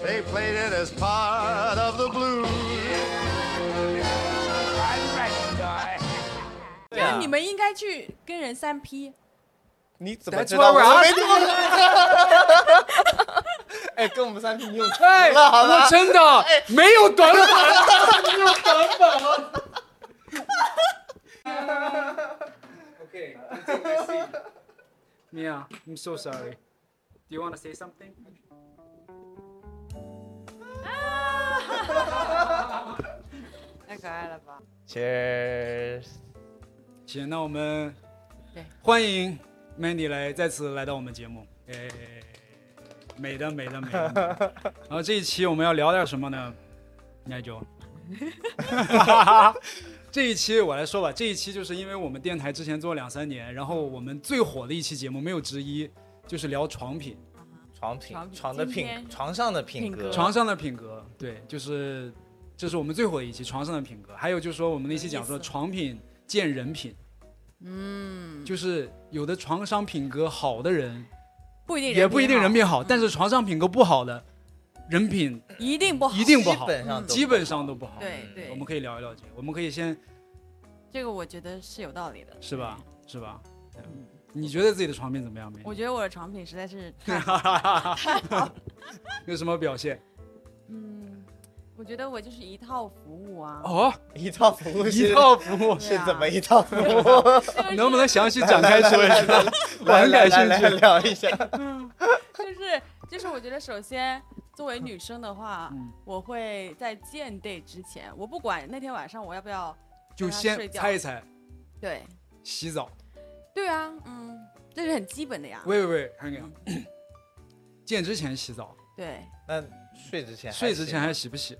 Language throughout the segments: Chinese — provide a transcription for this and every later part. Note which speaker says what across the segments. Speaker 1: they played it as part of the blues.
Speaker 2: 啊
Speaker 3: 这样你们应该去跟人三 P。
Speaker 4: 你怎么
Speaker 1: That's
Speaker 4: 知
Speaker 1: why
Speaker 4: 道
Speaker 1: we're
Speaker 4: 我
Speaker 1: out
Speaker 4: 没
Speaker 1: of
Speaker 4: 听
Speaker 1: it.
Speaker 4: 哎，跟我们三 P 你有
Speaker 2: 哎，
Speaker 4: 了好吧哎
Speaker 2: 我真的没有短板，没有短板了。Okay, let's see. Mia, I'm so sorry. Do you want to say something?
Speaker 3: 太可爱了吧！
Speaker 4: ？Cheers！
Speaker 2: 行，那我们
Speaker 3: 对
Speaker 2: 欢迎 Mandy 来再次来到我们节目。哎，美的美的美的。美的然后呃这一期我们要聊点什么呢？应该就，这一期我来说吧。这一期就是因为我们电台之前做了两三年，然后我们最火的一期节目没有之一，就是聊床品。
Speaker 4: 床品
Speaker 3: 床，品
Speaker 4: 床的
Speaker 3: 今
Speaker 4: 品，
Speaker 3: 天
Speaker 4: 床上的品
Speaker 3: 品
Speaker 4: 格，
Speaker 3: 格
Speaker 2: 床上的品格，对，就是这是我们最火的一期床上的品格。还有就是说我们那期讲说
Speaker 3: 有意思
Speaker 2: 床品见人品，嗯，就是有的床上品格好的人
Speaker 3: 不一定
Speaker 2: 也不一定人
Speaker 3: 品
Speaker 2: 品好，但是床上品格不好的人品
Speaker 3: 好，啊一定不好，
Speaker 2: 一定
Speaker 4: 基
Speaker 2: 不好，
Speaker 4: 本上都
Speaker 2: 基本上都不好。
Speaker 3: 对
Speaker 4: 嗯
Speaker 3: 对，
Speaker 2: 我们可以聊一聊这个，我们可以先
Speaker 3: 这个我觉得是有道理的，
Speaker 2: 是吧？是吧？对你觉得自己的床品怎么样？没
Speaker 3: 对？？我觉得我的床品实在是太好了，
Speaker 2: 有什么表现？
Speaker 3: 嗯，我觉得我就是一套服务啊。
Speaker 2: 哦，
Speaker 4: 一套服务是
Speaker 2: 一套服 务，
Speaker 4: 是怎么一套服务？
Speaker 3: 这个是
Speaker 2: 能不能详细展开说一下？我
Speaker 4: 来
Speaker 2: 很
Speaker 4: 来
Speaker 2: 感
Speaker 4: 来来
Speaker 2: 兴趣。
Speaker 4: 聊一下。
Speaker 3: 就是就是，我觉得首先作为女生的话，
Speaker 2: 嗯
Speaker 3: 我会在见 day 之前，我不管那天晚上我要不要
Speaker 2: 就
Speaker 3: 睡
Speaker 2: 先
Speaker 3: 觉
Speaker 2: 猜一猜，
Speaker 3: 对
Speaker 2: 洗澡。
Speaker 3: 对啊，嗯，这是很基本的呀。
Speaker 2: 喂喂喂，看看，见之前洗澡，
Speaker 3: 对，
Speaker 4: 那睡之前还
Speaker 2: 睡之前还
Speaker 4: 行
Speaker 2: 洗不洗？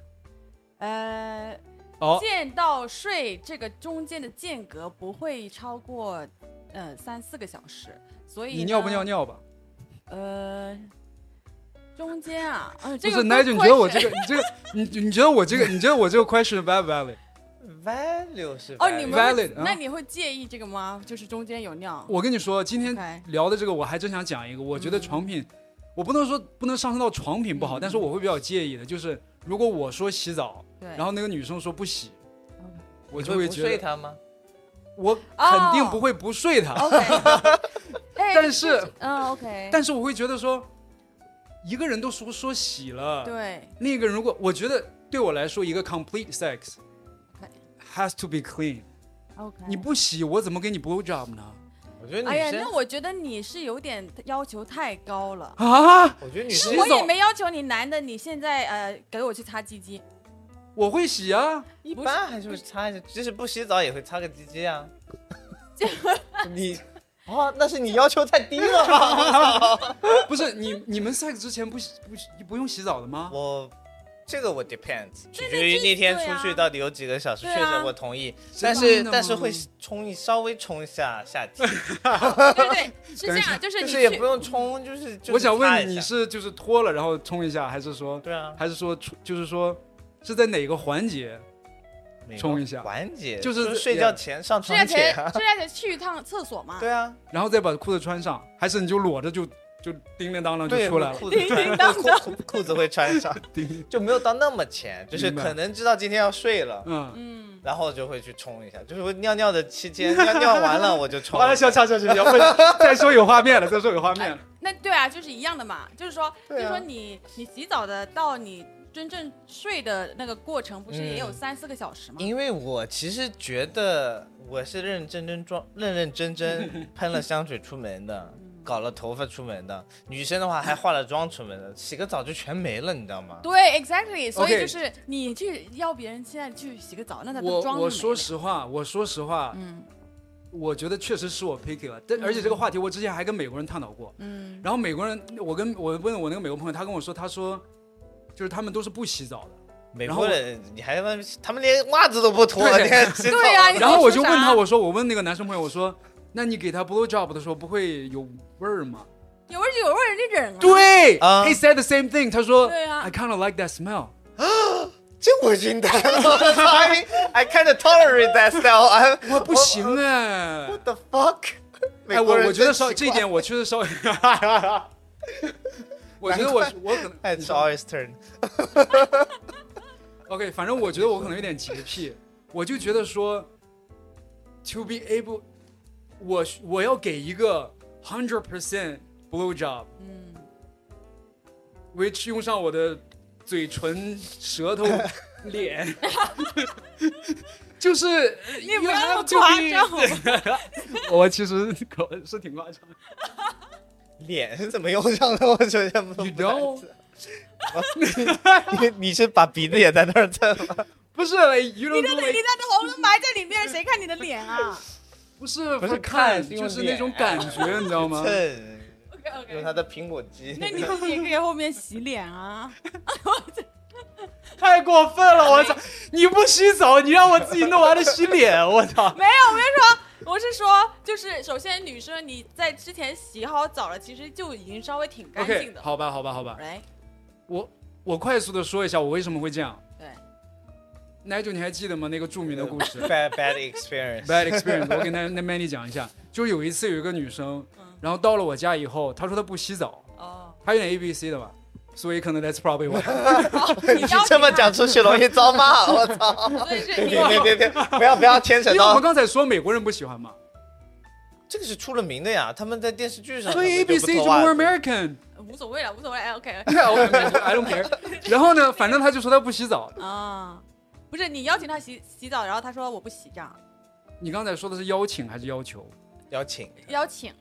Speaker 3: 呃，
Speaker 2: 哦，
Speaker 3: 见到睡这个中间的间隔不会超过呃三四个小时，所以
Speaker 2: 你
Speaker 3: 呢
Speaker 2: 尿不尿？尿吧？
Speaker 3: 呃，中间 啊，嗯、
Speaker 2: 不
Speaker 3: 这
Speaker 2: 是
Speaker 3: 个
Speaker 2: Nigel，
Speaker 3: good
Speaker 2: 你觉得我这
Speaker 3: question
Speaker 2: 个，你这个，你你觉得我这个，你觉得我这个 question valid valid？
Speaker 4: value 是
Speaker 3: 哦，
Speaker 4: value
Speaker 3: 你们
Speaker 2: valid，
Speaker 3: 会那
Speaker 2: 啊
Speaker 3: 你会介意这个吗？就是中间有尿，
Speaker 2: 我跟你说，今天
Speaker 3: OK 嗯
Speaker 2: 聊的这个，我还真想讲一个，我觉得床品，我不能说不能上升到床品不好，但是我会比较介意的，就是如果我说洗澡，
Speaker 3: 对，嗯
Speaker 2: 然后那个女生说不洗，我
Speaker 4: 你
Speaker 2: 就
Speaker 4: 会
Speaker 2: 会
Speaker 4: 不睡
Speaker 2: 觉得
Speaker 4: 他吗？
Speaker 2: 我肯定不会不睡她。
Speaker 3: OK，哎
Speaker 2: 但是
Speaker 3: 嗯 OK，
Speaker 2: 但是我会觉得说，一个人都说说洗了，
Speaker 3: 对
Speaker 2: 那个如果我觉得对我来说，一个 complete sex
Speaker 3: OK
Speaker 2: has to be clean，
Speaker 3: OK，
Speaker 2: 你不洗我怎么给你 blow job 呢？
Speaker 4: 我觉得
Speaker 3: 哎
Speaker 4: 女
Speaker 3: 呀，那
Speaker 4: 生，
Speaker 3: 我觉得你是有点要求太高了。
Speaker 2: 啊，
Speaker 4: 我觉得女
Speaker 2: 是
Speaker 4: 生
Speaker 2: 洗
Speaker 3: 我也
Speaker 2: 澡
Speaker 3: 没要求你男的，你现在呃给我去擦鸡 鸡，
Speaker 2: 我会洗啊，
Speaker 4: 一
Speaker 3: 不
Speaker 4: 般还是会擦一下，即使不洗澡也会擦个鸡鸡 啊。 你哦，那是你要求太低了吧？
Speaker 2: 不是你你们 sex 之前不洗不洗不用洗澡的吗？
Speaker 4: 我这个我 depends，取决于那天
Speaker 3: 对
Speaker 4: 出
Speaker 3: 啊
Speaker 4: 去到底有几个小时，
Speaker 3: 对
Speaker 4: 确实
Speaker 3: 啊
Speaker 4: 我同意，
Speaker 2: 真
Speaker 4: 但是
Speaker 2: 的
Speaker 4: 但是
Speaker 2: 吗
Speaker 4: 会冲一稍微冲一下 下体，
Speaker 3: 对对， 是这样，就是
Speaker 4: 就
Speaker 3: 你
Speaker 4: 是也
Speaker 3: 去
Speaker 4: 不用冲，就是就是
Speaker 2: 我想
Speaker 4: 擦
Speaker 2: 问
Speaker 4: 一
Speaker 2: 你，你
Speaker 4: 下
Speaker 2: 是就是脱了然后冲一下，还是说
Speaker 4: 对啊，
Speaker 2: 还是说出就是说是在哪个环节？
Speaker 4: 美
Speaker 2: 冲
Speaker 4: 国
Speaker 2: 一下
Speaker 4: 缓解，
Speaker 2: 就是
Speaker 4: 睡觉前上
Speaker 3: 睡
Speaker 4: 床
Speaker 3: 觉
Speaker 4: 前
Speaker 3: 前
Speaker 4: 啊，
Speaker 3: 睡觉前去一趟厕所嘛，
Speaker 4: 对啊，
Speaker 2: 然后再把裤子穿上，还是你就裸着就就叮铃当啷
Speaker 4: 对
Speaker 2: 就出来 了？
Speaker 4: 裤子穿上裤裤裤子会穿上，就没有到那么前，就是
Speaker 2: 明白
Speaker 4: 可能知道今天要睡了。
Speaker 2: 嗯，
Speaker 3: 嗯，
Speaker 4: 然后就会去冲一下，就是会尿尿的期 间，尿尿完了我就冲
Speaker 2: 完了，笑笑笑笑笑，再说有画面了，再说有画面了。
Speaker 3: 那对啊，就是一样的嘛，就是说，就
Speaker 4: 对啊
Speaker 3: 是说你你洗澡的到你真正睡的那个过程，不是也有
Speaker 4: 嗯
Speaker 3: 三四个小时吗？
Speaker 4: 因为我其实觉得我是认认真真装， 认认真真喷了香水出门的，
Speaker 2: 嗯
Speaker 4: 搞了头发出门的。女生的话还化了妆出门的，洗个澡就全没了，你知道吗？
Speaker 3: 对，exactly，所以就是你去要别人现在去洗个澡，那他都
Speaker 2: 我
Speaker 3: 装
Speaker 2: 我
Speaker 3: 着
Speaker 2: 说
Speaker 3: 没
Speaker 2: 实话，我说实话，
Speaker 3: 嗯
Speaker 2: 我觉得确实是我 picky 了。但而且这个话题我之前还跟美国人探讨过，
Speaker 3: 嗯
Speaker 2: 然后美国人，我跟我问我那个美国朋友，他跟我说，他说就是他们都是不洗澡的。
Speaker 4: 美
Speaker 2: 然后
Speaker 4: 国人你还他们连袜子都不 脱，
Speaker 2: 对啊
Speaker 4: 你还洗澡？
Speaker 3: 对呀 你
Speaker 2: 然后我就问
Speaker 3: 哎说
Speaker 2: 他，
Speaker 3: 啥
Speaker 2: 我说我问那个男生朋友，我说那你给他 blow job 的时候不会有味儿吗？
Speaker 3: 有味儿就有味儿，人家忍啊。
Speaker 2: 对、
Speaker 4: 啊
Speaker 2: h e said the same thing，他说
Speaker 3: 对啊
Speaker 2: I kind of like that smell。
Speaker 4: 这我晕呆了。I mean, I kind of tolerate that style. I
Speaker 2: 我不行哎、
Speaker 4: What the fuck？
Speaker 2: 哎，我我觉得稍
Speaker 4: 少
Speaker 2: 这一点我确实稍微，我觉得我我可能
Speaker 4: 哎，It's always turn。
Speaker 2: OK，反正我觉得我可能有点洁癖，我就觉得说，to be able，我我要给一个 hundred percent blow job，which
Speaker 3: 嗯，
Speaker 2: 用上我的嘴唇、舌头、脸， 就是
Speaker 3: 你不
Speaker 2: you
Speaker 3: 要那
Speaker 2: have
Speaker 3: 么
Speaker 2: to
Speaker 3: 夸
Speaker 2: be-
Speaker 3: 张好吗
Speaker 2: 我其实可是挺 夸张的。
Speaker 4: 脸是怎么用上的？我首先不
Speaker 2: You
Speaker 4: 不太
Speaker 2: know，
Speaker 4: 你你是把鼻子也在那儿蹭吗？
Speaker 2: 不是 like, you
Speaker 3: 你
Speaker 2: don't
Speaker 3: 的
Speaker 2: know
Speaker 3: 脸，你
Speaker 2: like,
Speaker 3: 的喉咙埋在里面，谁看你的脸啊
Speaker 2: 不是
Speaker 4: 不
Speaker 2: 不
Speaker 4: 是
Speaker 2: 是
Speaker 4: 看
Speaker 2: 看，
Speaker 4: 是用
Speaker 2: 就是那种
Speaker 4: 脸
Speaker 2: 感觉，你知道吗？
Speaker 4: 蹭，
Speaker 3: ？OK
Speaker 4: 用他
Speaker 3: OK，
Speaker 4: 的苹果肌。
Speaker 3: 那你自己也可以后面洗脸啊。
Speaker 2: 太过分了，我
Speaker 3: 哎
Speaker 2: 操！你不洗澡，你让我自己弄完了洗脸，我操！
Speaker 3: 没有，我跟你说，我是说，就是首先女生你在之前洗好澡了，其实就已经稍微挺干净
Speaker 2: OK，
Speaker 3: 的。
Speaker 2: 好吧，好吧，好吧，
Speaker 3: 哎，
Speaker 2: 我我快速的说一下我为什么会这样。
Speaker 3: 对，
Speaker 2: 奶酒，你还记得吗？那个著名的故 事
Speaker 4: bad bad experience。
Speaker 2: ，bad experience。我给奶奶 Manny 讲一下，就有一次有一个女生
Speaker 3: 嗯，
Speaker 2: 然后到了我家以后，她说她不洗澡，
Speaker 3: 哦，
Speaker 2: 她有点 A B C 的吧，所以可能 that's probably why。
Speaker 3: 好，你
Speaker 4: 你这么讲出去容易遭骂，我操！
Speaker 3: 邀请她，所以是
Speaker 4: 别
Speaker 3: 你
Speaker 4: 别别别，不要不要牵扯
Speaker 2: 因为我们
Speaker 4: 到，
Speaker 2: 刚才说美国人不喜欢 嘛，
Speaker 4: 这个是出了名的呀，他们在电视剧上
Speaker 2: 所以 A B C 就 more American。
Speaker 3: 无所谓了，无所谓了哎，OK
Speaker 2: I don't care。然后呢，反正她就说她不洗澡。
Speaker 3: 啊，不是你邀请她洗洗澡，然后她说我不洗这样，
Speaker 2: 你刚才说的是邀请还是要求？
Speaker 4: 邀请，
Speaker 3: 邀请，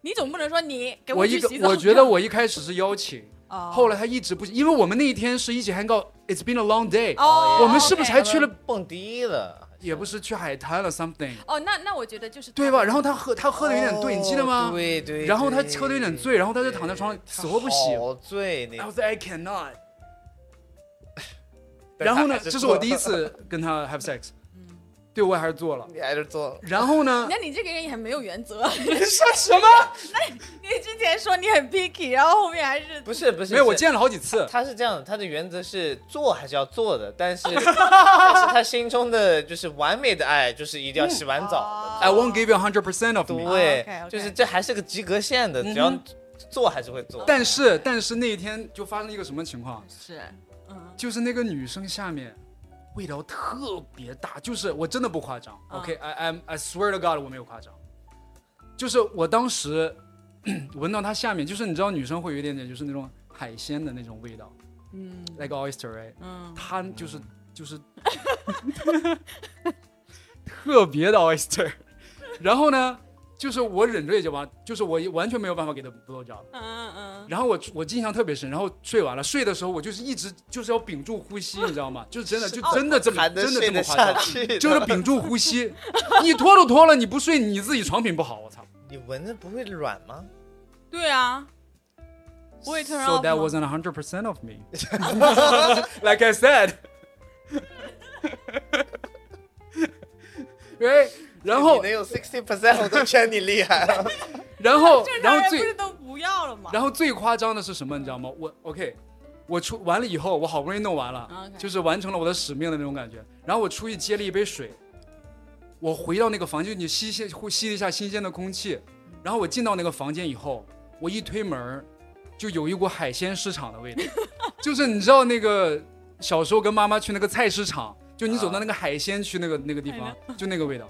Speaker 3: 你总不能说你给
Speaker 2: 我
Speaker 3: 去
Speaker 2: 一
Speaker 3: 洗
Speaker 2: 个
Speaker 3: 澡，
Speaker 2: 我觉得我一开始是邀请，
Speaker 3: 哦，
Speaker 2: 后来她一直不，因为我们那一天是一起 hang out，it's been a long day。
Speaker 3: 哦，
Speaker 2: 我们是不是还去了
Speaker 4: 蹦迪了，
Speaker 2: 也不是去海滩了 something，
Speaker 3: 哦，那那我觉得就是
Speaker 2: 对吧？然后他喝他喝的有点醉，你记得吗？
Speaker 4: 哦对对。
Speaker 2: 然后他喝的有点醉，然后他就躺在床上死活不洗。
Speaker 4: 好醉那
Speaker 2: I was like I cannot。然后呢，这是我第一，次跟他 have sex，对我还是做了。
Speaker 4: 你还是做了。
Speaker 2: 然后呢？
Speaker 3: 嗯那你这个人也很没有原则，
Speaker 2: 你说什么？
Speaker 3: 你之前说你很 picky，然后后面还是
Speaker 4: 不是不是，
Speaker 2: 没有，我
Speaker 4: 是
Speaker 2: 见了好几次。
Speaker 4: 他是这样的，他的原则是做还是要做的，但 是但是他心中的就是完美的爱就是一定要洗完澡的。
Speaker 2: I won't give you hundred percent of me。
Speaker 4: 对
Speaker 3: 哦，，OK，OK
Speaker 4: 就是这还是个及格线的，只要
Speaker 2: 嗯
Speaker 4: 做还是会做。
Speaker 2: 但是但是那一天就发生一个什么情况？
Speaker 3: 是，嗯
Speaker 2: 就是那个女生下面味道特别大，就是我真的不夸张、
Speaker 3: 嗯
Speaker 2: o k i I'm I swear to God，我没有夸张，就是我当时嗯闻到它下面，就是你知道女生会有一点点就是那种海鲜的那种味道
Speaker 3: 嗯
Speaker 2: ，like oyster right，
Speaker 3: 嗯，
Speaker 2: 它就是就是特别的 oyster，然后呢，就是我忍着也就完，就是我完全没有办法给它 blow job。
Speaker 3: 嗯 嗯
Speaker 2: 然后我我印象特别深，然后睡完了，睡的时候我就是一直就是要屏住呼吸，你知道吗？就是真的就真的这么
Speaker 4: 还能
Speaker 2: 真的
Speaker 4: 睡
Speaker 2: 这么
Speaker 4: 得
Speaker 2: 夸
Speaker 4: 下
Speaker 2: 张，
Speaker 4: 去的，
Speaker 2: 就是屏住呼吸，你脱都脱了，你不睡你自己床品不好，我操。
Speaker 4: 你闻着不会软吗？
Speaker 3: 对啊，不会 turn
Speaker 2: So
Speaker 3: off
Speaker 2: that
Speaker 3: 吗
Speaker 2: wasn't hundred percent of me. like I said. right，然
Speaker 4: 你
Speaker 2: 后
Speaker 4: 能有 sixty percent，我都觉得你厉害 了。
Speaker 2: 然后
Speaker 3: 正
Speaker 2: 然
Speaker 3: 常
Speaker 2: 后
Speaker 3: 人不
Speaker 2: 最
Speaker 3: 是都不要了吗？
Speaker 2: 然后最夸张的是什么，你知道吗？我 OK，我出完了以后，我好不容易弄完了
Speaker 3: 啊 OK
Speaker 2: 就是完成了我的使命的那种感觉。然后我出去接了一杯水，我回到那个房间，你吸吸呼吸一下新鲜的空气。然后我进到那个房间以后，我一推门儿，就有一股海鲜市场的味道， 就是你知道那个小时候跟妈妈去那个菜市场，就你走
Speaker 3: 啊
Speaker 2: 到那个海鲜区那个那个地方，就那个味道，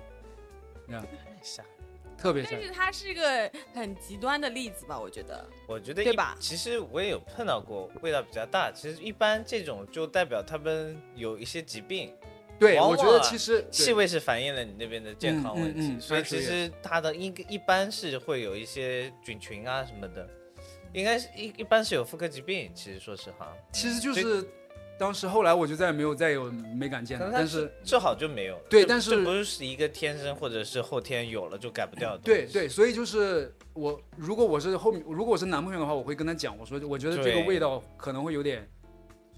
Speaker 2: 特别吓
Speaker 3: 但
Speaker 2: 人。
Speaker 3: 是它是个很极端的例子吧，我觉得。
Speaker 4: 我觉得
Speaker 3: 对
Speaker 4: 一
Speaker 3: 吧
Speaker 4: 其实我也有碰到过味道比较大，其实一般这种就代表他们有一些疾病，
Speaker 2: 对，
Speaker 4: 往
Speaker 2: 我觉
Speaker 4: 往
Speaker 2: 得
Speaker 4: 啊
Speaker 2: 其实
Speaker 4: 气味是反映了你那边的健康问题，
Speaker 2: 嗯嗯嗯
Speaker 4: 所以
Speaker 2: 是
Speaker 4: 其
Speaker 2: 的
Speaker 4: 实它的应一般是会有一些菌群啊什么的，应该是一一般是有妇科疾病。其实说实话，
Speaker 2: 其实就
Speaker 4: 所以
Speaker 2: 是当时后来我就再也没有再有没敢见
Speaker 4: 可能
Speaker 2: 他，
Speaker 4: 它
Speaker 2: 但是
Speaker 4: 治好就没有。
Speaker 2: 对
Speaker 4: 这
Speaker 2: 但是
Speaker 4: 这不是一个天生或者是后天有了就改不掉的。
Speaker 2: 对，对，所以就是我如果我是后面如果我是男朋友的话，我会跟他讲，我说我觉得这
Speaker 4: 对
Speaker 2: 个味道可能会有点，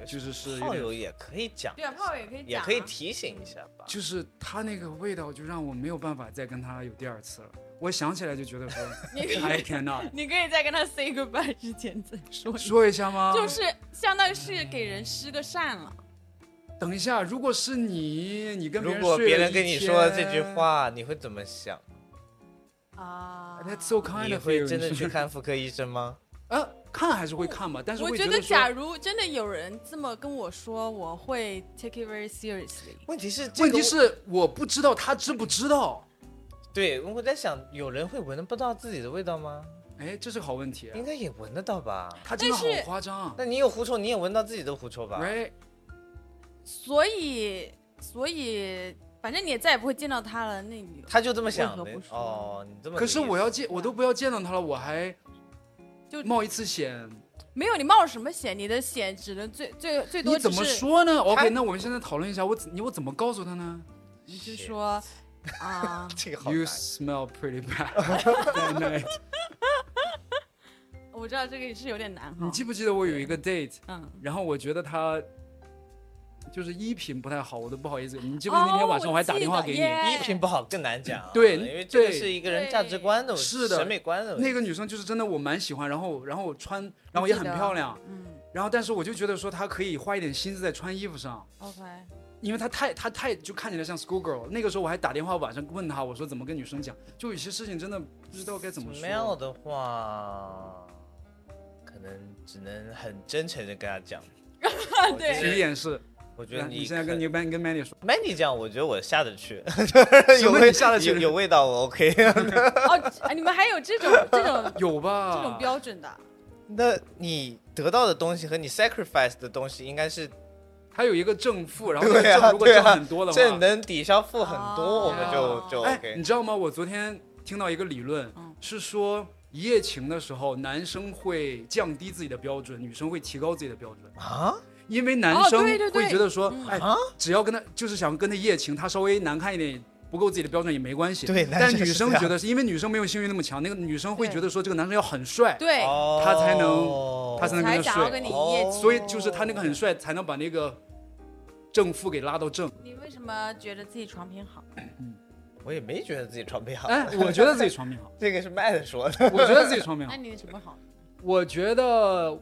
Speaker 2: 就是是有
Speaker 4: 炮
Speaker 2: 点，
Speaker 4: 友也可以讲，
Speaker 3: 对啊，泡也可以讲、
Speaker 4: 也可以提醒一下吧。
Speaker 2: 就是他那个味道就让我没有办法再跟他有第二次了。我想起来就觉得 说
Speaker 3: 你可以，
Speaker 2: I cannot
Speaker 3: 你可以在跟他 say goodbye 之前再说一下。
Speaker 2: 说一下吗？
Speaker 3: 就是相当于是给人施个善了，
Speaker 2: 等一下，如果是你，你跟
Speaker 4: 如
Speaker 2: 人
Speaker 4: 果
Speaker 2: 睡
Speaker 4: 别
Speaker 2: 了
Speaker 4: 人
Speaker 2: 一
Speaker 4: 跟你说这
Speaker 2: 天
Speaker 4: 句。话，你会怎么想？
Speaker 3: 啊
Speaker 2: ，That's so
Speaker 4: 你
Speaker 2: kind of
Speaker 4: 会
Speaker 2: you。
Speaker 4: 真的
Speaker 2: 你
Speaker 4: 去
Speaker 2: 说
Speaker 4: 看妇科医生吗？
Speaker 2: 啊？看还是会看吧，但是
Speaker 3: 我
Speaker 2: 会
Speaker 3: 觉
Speaker 2: 得
Speaker 3: 得，
Speaker 2: 说
Speaker 3: 假如真的有人这么跟我说，我会 take it very seriously。
Speaker 4: 问题是这个
Speaker 2: 问题是我不知道他知不知道。
Speaker 4: 对，我在想，有人会闻得不到自己的味道吗？
Speaker 2: 哎，这是个好问题。
Speaker 4: 应该也闻得到吧？
Speaker 2: 他真的好
Speaker 3: 但是
Speaker 2: 夸张。啊
Speaker 4: 那你有狐臭，你也闻到自己的狐臭吧？
Speaker 2: 喂，
Speaker 3: 所以，所以，反正你也再也不会见到他了。那你
Speaker 4: 他就这么想的
Speaker 3: 为何不说
Speaker 4: 哦，你这么
Speaker 2: 可是我
Speaker 4: 要
Speaker 2: 要见，我都不要见到他了，我还
Speaker 3: 就
Speaker 2: 冒一次险，
Speaker 3: 没有你冒什么险？你的险只能最最最多
Speaker 2: 你
Speaker 3: 只是
Speaker 2: 怎么说呢
Speaker 4: 他，
Speaker 2: ？OK，那我们现在讨论一下，我怎你我怎么告诉他呢
Speaker 3: 你就说啊
Speaker 4: 这个好
Speaker 2: ？You
Speaker 4: 难，
Speaker 2: smell pretty bad that night。
Speaker 3: 我知道这个也是有点难哈
Speaker 2: 你。记不记得我有一个 date，
Speaker 3: 嗯，
Speaker 2: 然后我觉得他就是衣品不太好，我都不好意思。你记不记得那天晚上我还打电话给你？
Speaker 3: 哦
Speaker 4: 衣品不好更难讲啊。
Speaker 2: 对
Speaker 4: 因为这个
Speaker 2: 对
Speaker 4: 是一个人价值观的问题，
Speaker 2: 是的
Speaker 4: 审美观的问题。
Speaker 2: 那个女生就是真的我蛮喜欢，然后然后我穿，然后也很漂亮，
Speaker 3: 嗯
Speaker 2: 然后但是我就觉得说她可以花一点心思在穿衣服上，
Speaker 3: ，OK，
Speaker 2: 因为她太她太就看起来像 school girl。那个时候我还打电话晚上问她，我说怎么跟女生讲，就有些事情真的不知道该怎么说。
Speaker 4: smell 的话，可能只能很真诚的跟他讲。我觉得
Speaker 2: 其实也是，
Speaker 4: 我觉得
Speaker 2: 你
Speaker 4: 你
Speaker 2: 现在跟你跟跟 Mandy 说，
Speaker 4: Mandy 讲，我觉得我下得去，
Speaker 2: 什
Speaker 4: 有
Speaker 2: 么
Speaker 4: 味
Speaker 2: 你下得去
Speaker 4: 有有味道，我 OK。
Speaker 3: 哦，啊你们还有这种这种
Speaker 2: 有吧？
Speaker 3: 这种标准的？
Speaker 4: 那你得到的东西和你 sacrifice 的东西应该是
Speaker 2: 他有一个正负，然后这
Speaker 4: 对
Speaker 2: 个
Speaker 4: 啊，
Speaker 2: 正如果
Speaker 4: 对
Speaker 2: 正
Speaker 4: 啊
Speaker 2: 很多的，话，
Speaker 4: 这能抵消负很
Speaker 3: 哦
Speaker 4: 多，我们就就
Speaker 2: 哎，你
Speaker 4: OK。
Speaker 2: 知道吗？我昨天听到一个理论
Speaker 3: 嗯，
Speaker 2: 是说一夜情的时候，男生会降低自己的标准，女生会提高自己的标准，
Speaker 4: 啊，
Speaker 2: 因为男生
Speaker 3: 哦对对对
Speaker 2: 会觉得说，
Speaker 3: 嗯
Speaker 2: 哎
Speaker 4: 啊，
Speaker 2: 只要跟他就是想跟他一夜情，他稍微难看一点。不够自己的标准也没关系，
Speaker 4: 对男
Speaker 2: 但
Speaker 4: 生
Speaker 2: 女
Speaker 4: 是
Speaker 2: 生
Speaker 4: 这样
Speaker 2: 觉得是因为女生没有性欲那么强，那个女生会
Speaker 3: 对
Speaker 2: 觉得说这个男生要很帅，
Speaker 3: 对，
Speaker 4: 哦
Speaker 2: 哎他才能他才能跟
Speaker 3: 才
Speaker 2: 他
Speaker 3: 想要
Speaker 2: 睡，哦
Speaker 3: 跟你一夜情。
Speaker 2: 所以就是他那个很帅才能把那个正负给拉到正。
Speaker 3: 你为什么觉得自己床品好？
Speaker 2: 哦
Speaker 4: 我也没觉得自己床品好，
Speaker 2: 哎， 我觉得自己床品好，
Speaker 4: 这个是麦子说的。
Speaker 2: 我觉得自己床品好
Speaker 3: 啊那。你什么好？
Speaker 2: 我觉得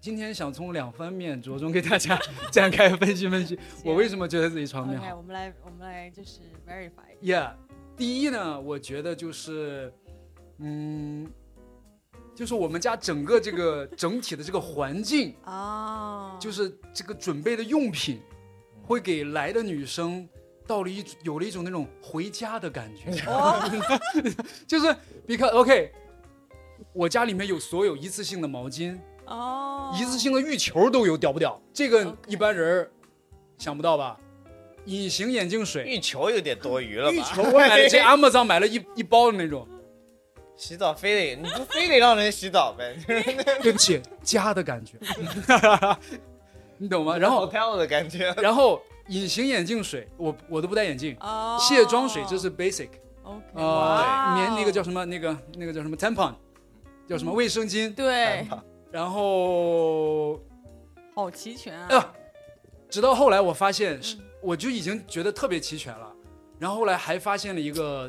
Speaker 2: 今天想从两方面着重给大家展开分析分析，我为什么觉得自己床面
Speaker 3: OK，
Speaker 2: 好
Speaker 3: 我们来我们来就是 verify。
Speaker 2: ？Yeah，第一呢，我觉得就是，嗯，就是我们家整个这个整体的这个环境，
Speaker 3: 哦，
Speaker 2: 就是这个准备的用品，会给来的女生。到了一有了一种那种回家的感觉，
Speaker 3: 哦
Speaker 2: 就是 because OK，我家里面有所有一次性的毛巾，
Speaker 3: 哦，
Speaker 2: 一次性的浴球都有，屌不屌？这个
Speaker 3: OK
Speaker 2: 一般人儿想不到吧？隐形眼镜水，
Speaker 4: 浴球有点多余了吧？
Speaker 2: 浴球我买了，这 Amazon 买了一一包的那种。
Speaker 4: 洗澡非得你不非得让人洗澡 呗？
Speaker 2: 对不起，家的 感觉，你懂吗？然后，
Speaker 4: hotel 的感觉。
Speaker 2: 然后隐形眼镜水，我我都不戴眼镜。
Speaker 3: 哦，
Speaker 2: 卸妆水这是 basic，
Speaker 3: OK，
Speaker 2: 呃，
Speaker 3: 哇哦
Speaker 2: 棉那个叫什么？那个那个叫什么 tampon，叫
Speaker 3: 嗯
Speaker 2: 什么卫生巾？
Speaker 3: 对，
Speaker 2: 然后
Speaker 3: 好齐全啊。
Speaker 2: 啊直到后来我发现
Speaker 3: 嗯
Speaker 2: 是，我就已经觉得特别齐全了。然后后来还发现了一个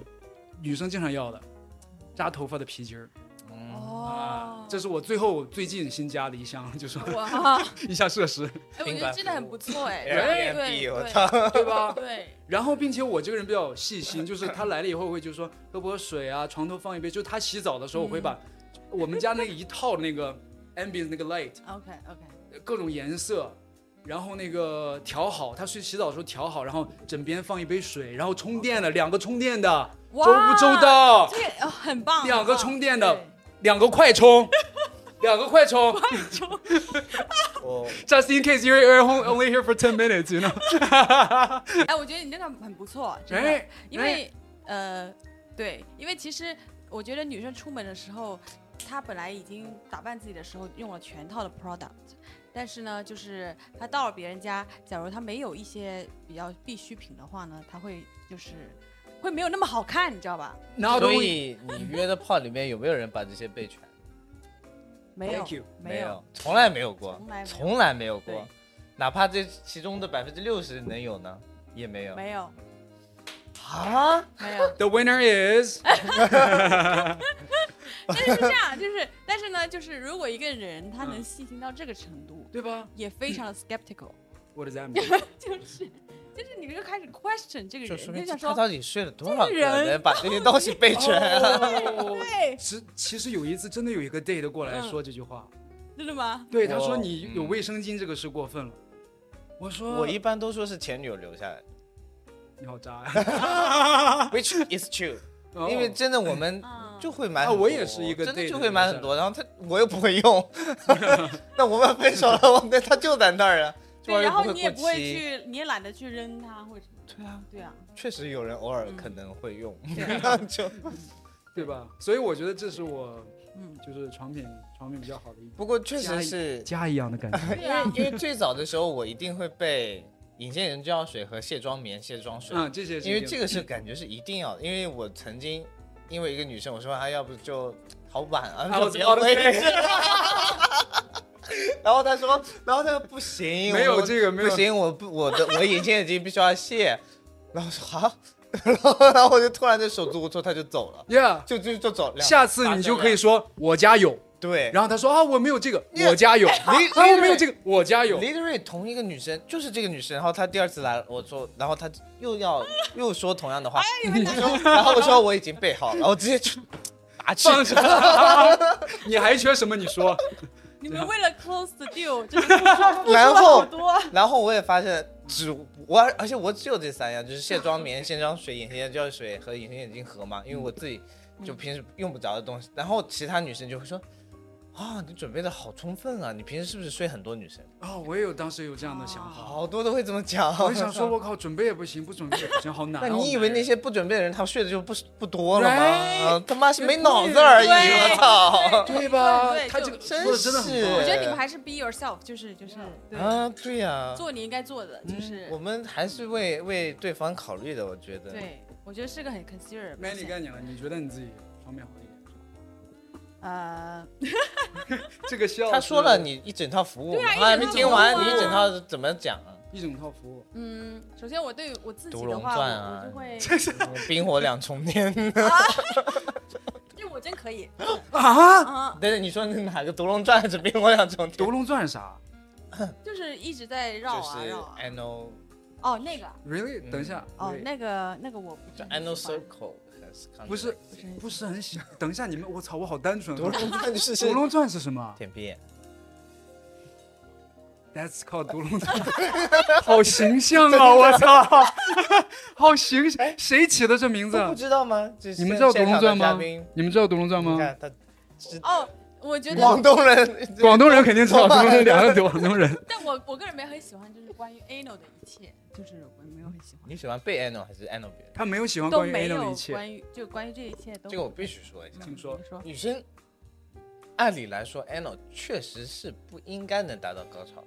Speaker 2: 女生经常要的扎头发的皮筋儿
Speaker 4: 嗯
Speaker 2: 啊
Speaker 3: 哦，
Speaker 2: 这是我最后最近新加的一项，就是
Speaker 3: 哇，
Speaker 2: 一项 设施，
Speaker 3: 哎，我觉得真的很不错哎，对
Speaker 4: Airbnb，
Speaker 3: 对
Speaker 4: 我
Speaker 3: 对
Speaker 4: 操！
Speaker 2: 对吧？
Speaker 3: 对，
Speaker 2: 然后并且我这个人比较细心，就是他来了以后我会就说喝不喝水啊，床头放一杯。就他洗澡的时候，我会把 我们家那一套那个 ambient 那个 light
Speaker 3: OK OK，
Speaker 2: 各种颜色，然后那个调好，他去洗澡的时候调好，然后枕边放一杯水，然后充电的两个充电的，周
Speaker 3: 哇
Speaker 2: 不周 到？
Speaker 3: 这个哦很棒，
Speaker 2: 两
Speaker 3: 很
Speaker 2: 个
Speaker 3: 棒
Speaker 2: 充电的，两个快充，两个快充
Speaker 4: 我
Speaker 2: ，just in case you're you're home- only here for ten minutes, you know？
Speaker 3: 对哎，我觉得你这个很不错，真的
Speaker 2: 哎，
Speaker 3: 因为呃，对，因为其实我觉得女生出门的时候，她本来已经打扮自己的时候用了全套的 product，但是呢，就是她到了别人家，假如她没有一些比较必需品的话呢，她会就是会没有那么好看，你知道吧？
Speaker 2: ，not
Speaker 4: 所
Speaker 2: only
Speaker 4: 以你约的炮里面有没有人把这些备全？
Speaker 3: 没有
Speaker 2: Thank you，
Speaker 3: 没有
Speaker 4: 有，从来没有过
Speaker 3: 从来没有，
Speaker 4: 从来没有过
Speaker 3: 对，
Speaker 4: 哪怕这其中的百分之六十能有呢，也没有。
Speaker 3: 没 有
Speaker 4: 啊？
Speaker 3: 没有，
Speaker 2: the winner is
Speaker 3: 但是这样就是，但是呢，就是如果一个人他能
Speaker 2: 嗯
Speaker 3: 细心到这个程度，
Speaker 2: 对吧
Speaker 3: 也非常 的 skeptical，
Speaker 2: ？What does that mean？
Speaker 3: 就是就是你就开始 question 这个
Speaker 4: 就
Speaker 3: 人，
Speaker 4: 说
Speaker 3: 你
Speaker 4: 明
Speaker 3: 就想
Speaker 4: 他
Speaker 3: 说。
Speaker 4: 到底睡了多少
Speaker 3: 这
Speaker 4: 个
Speaker 3: 个人
Speaker 4: 能把这些 东西备全？
Speaker 2: 哦
Speaker 3: 对
Speaker 2: 其其实有一次真的有一个 date 过来说这句话，
Speaker 3: 真的吗？
Speaker 2: 对，他说
Speaker 4: 我
Speaker 2: 你有
Speaker 4: 嗯
Speaker 2: 卫生巾这个是过分了。我说
Speaker 3: 哦
Speaker 4: 我一般都说是前女友留下 来的
Speaker 2: 你好渣呀、
Speaker 4: ，which is true，
Speaker 2: 哦
Speaker 4: 因为真的我们
Speaker 3: 啊
Speaker 4: 就会买
Speaker 2: 啊
Speaker 4: 很多，
Speaker 2: 我也是一个
Speaker 4: 真
Speaker 2: date
Speaker 4: 的就
Speaker 2: 的
Speaker 4: 会买很
Speaker 2: 留下
Speaker 4: 多，然后他我又不会用，那我们分手了，我那他就在那儿啊，这
Speaker 3: 对，
Speaker 4: 玩意
Speaker 3: 然
Speaker 4: 儿
Speaker 3: 后
Speaker 4: 又
Speaker 3: 你也
Speaker 4: 不
Speaker 3: 不
Speaker 4: 过
Speaker 3: 会
Speaker 4: 期，
Speaker 3: 去，你也懒得去扔它或者什么。
Speaker 4: 对啊，
Speaker 3: 对啊，
Speaker 4: 确实有人偶尔
Speaker 3: 嗯
Speaker 4: 可能会用，
Speaker 3: 对
Speaker 4: 那就
Speaker 2: 对吧？所以我觉得这是我
Speaker 3: 嗯，
Speaker 2: 就是床品床品比较好的一
Speaker 4: 不过确
Speaker 2: 加
Speaker 4: 实
Speaker 2: 一
Speaker 4: 是
Speaker 2: 家一样的感觉。
Speaker 3: 对啊，
Speaker 4: 因为最早的时候我一定会被引荐人药水和卸妆棉、卸妆水，
Speaker 2: 嗯，这些是
Speaker 4: 因为
Speaker 2: 一定
Speaker 4: 这个是感觉是一定要的，因为我曾经因为一个女生，我说哎她要不就好晚啊，
Speaker 2: 啊
Speaker 4: 就
Speaker 2: 我
Speaker 4: 别
Speaker 2: 哦
Speaker 4: 回
Speaker 2: 对
Speaker 4: 去。然后她说，然后她说不行，
Speaker 2: 没有
Speaker 4: 我
Speaker 2: 这个没有
Speaker 4: 不行，我不我的我眼镜已经必须要卸。然后我说啊，然后然后我就突然就手足无措，她就走了，
Speaker 2: ，Yeah，
Speaker 4: 就就就走了。
Speaker 2: 下次你就可以说我家有，
Speaker 4: 对，
Speaker 2: 然后他说啊我没有这个，
Speaker 4: Yeah
Speaker 2: 我家 有，
Speaker 4: 你
Speaker 2: 啊我没有这个，我家有，
Speaker 4: literally 同一个女生，就是这个女生，然后她第二次来了，我说，然后她又要又说同样的话，然后我说我已经备好了，我直接就打去。
Speaker 2: 放着， 你还缺什么？你说，
Speaker 3: 你们为了 close the deal，真的付出付出
Speaker 4: 啊然
Speaker 3: 了
Speaker 4: 后
Speaker 3: 好多。
Speaker 4: 然后我也发现只我，而且我只有这三样，就是卸妆 棉、卸妆水、隐形眼药水和隐形眼镜盒嘛，因为我自己
Speaker 2: 嗯
Speaker 4: 就平时用不着的东西。然后其他女生就会说。啊，你准备的好充分啊！你平时是不是睡很多女生？
Speaker 2: 啊，我也有当时有这样的想法，
Speaker 4: 好多都会这么讲。
Speaker 2: 我就 想说，，我靠，准备也不行，不准备也不行，好难啊。
Speaker 4: 那
Speaker 2: 我
Speaker 4: 你以
Speaker 2: 们
Speaker 4: 为那些不准备的人，他睡的就不不多了吗？
Speaker 2: Right
Speaker 4: 啊他妈是没脑子而已，
Speaker 3: 对
Speaker 4: 我操！
Speaker 2: 对吧
Speaker 3: 对？对
Speaker 2: 他
Speaker 3: 就
Speaker 2: 这个说的真的很哎
Speaker 4: 真是
Speaker 2: 棒
Speaker 3: 我觉得你们还是 be yourself，就是就是对，
Speaker 4: 啊，对呀、
Speaker 3: 做你应该做的，就
Speaker 4: 嗯
Speaker 3: 是
Speaker 4: 我们还是为为对方考虑的，我觉得。
Speaker 3: 对。我觉得是个很 consider。
Speaker 2: Mandy 该你了，你觉得你自己方面好一点？
Speaker 3: 呃，
Speaker 2: 这个笑
Speaker 4: 他
Speaker 2: 是
Speaker 4: 说了你一整套服务，
Speaker 3: 对啊
Speaker 4: 我还没听完，
Speaker 3: 一整套服务啊
Speaker 4: 你一整套怎么讲 啊？
Speaker 2: 一整套服务，
Speaker 3: 嗯，首先我对我自己
Speaker 4: 独
Speaker 3: 的
Speaker 4: 龙
Speaker 3: 话，
Speaker 4: 传
Speaker 3: 我
Speaker 4: 啊
Speaker 3: 我就会，
Speaker 4: 冰火两重天。
Speaker 3: 这我真可以。
Speaker 2: 啊？
Speaker 3: 嗯，
Speaker 4: 等等，你说你哪个独龙传还是冰火两重天
Speaker 2: 独？龙钻啥
Speaker 3: 就是一直在绕
Speaker 4: 就
Speaker 3: 啊
Speaker 4: 是哎
Speaker 3: 绕啊。
Speaker 4: I know
Speaker 3: 哦，那个，
Speaker 2: ？Really？
Speaker 4: 嗯
Speaker 2: 等一下，
Speaker 3: 哦，
Speaker 2: wait，
Speaker 3: 那个那个我不
Speaker 4: 就
Speaker 3: 是很
Speaker 4: I know
Speaker 3: 喜欢
Speaker 4: circle 还是
Speaker 2: 不是不是很喜。等一下，你们我操，我好单纯啊。
Speaker 4: 独龙传就是
Speaker 2: 独龙钻是什么
Speaker 4: 舔屁眼。
Speaker 2: ？That's called 独 龙钻，好形象啊！我操， 好形象，谁起的这名字
Speaker 4: 都
Speaker 2: 啊
Speaker 4: 哎不？知道吗？这是
Speaker 2: 你们知道独
Speaker 4: 现
Speaker 2: 龙
Speaker 4: 场的
Speaker 2: 钻
Speaker 4: 嘉
Speaker 2: 吗
Speaker 4: 宾？
Speaker 2: 你们知道独龙钻
Speaker 4: 你
Speaker 2: 吗？
Speaker 4: 看他知，
Speaker 3: 哦，我觉得
Speaker 4: 广东人，
Speaker 2: 广东人肯定知道，独龙钻两个广东人。
Speaker 3: 但我我个人没很喜欢，就是关于 anal 的一切，就是我没有很喜欢，
Speaker 4: 你喜欢被 a n o 还是 a n o 别人？
Speaker 2: 他没有喜欢
Speaker 3: 都
Speaker 2: 关于
Speaker 3: 没
Speaker 2: A
Speaker 3: 有
Speaker 2: 的一切。
Speaker 3: 关于就关于这一切都
Speaker 4: 这个我必须说一下，
Speaker 2: 请说
Speaker 3: 你说
Speaker 4: 女生按理来说 a n o 确实是不应该能达到高潮，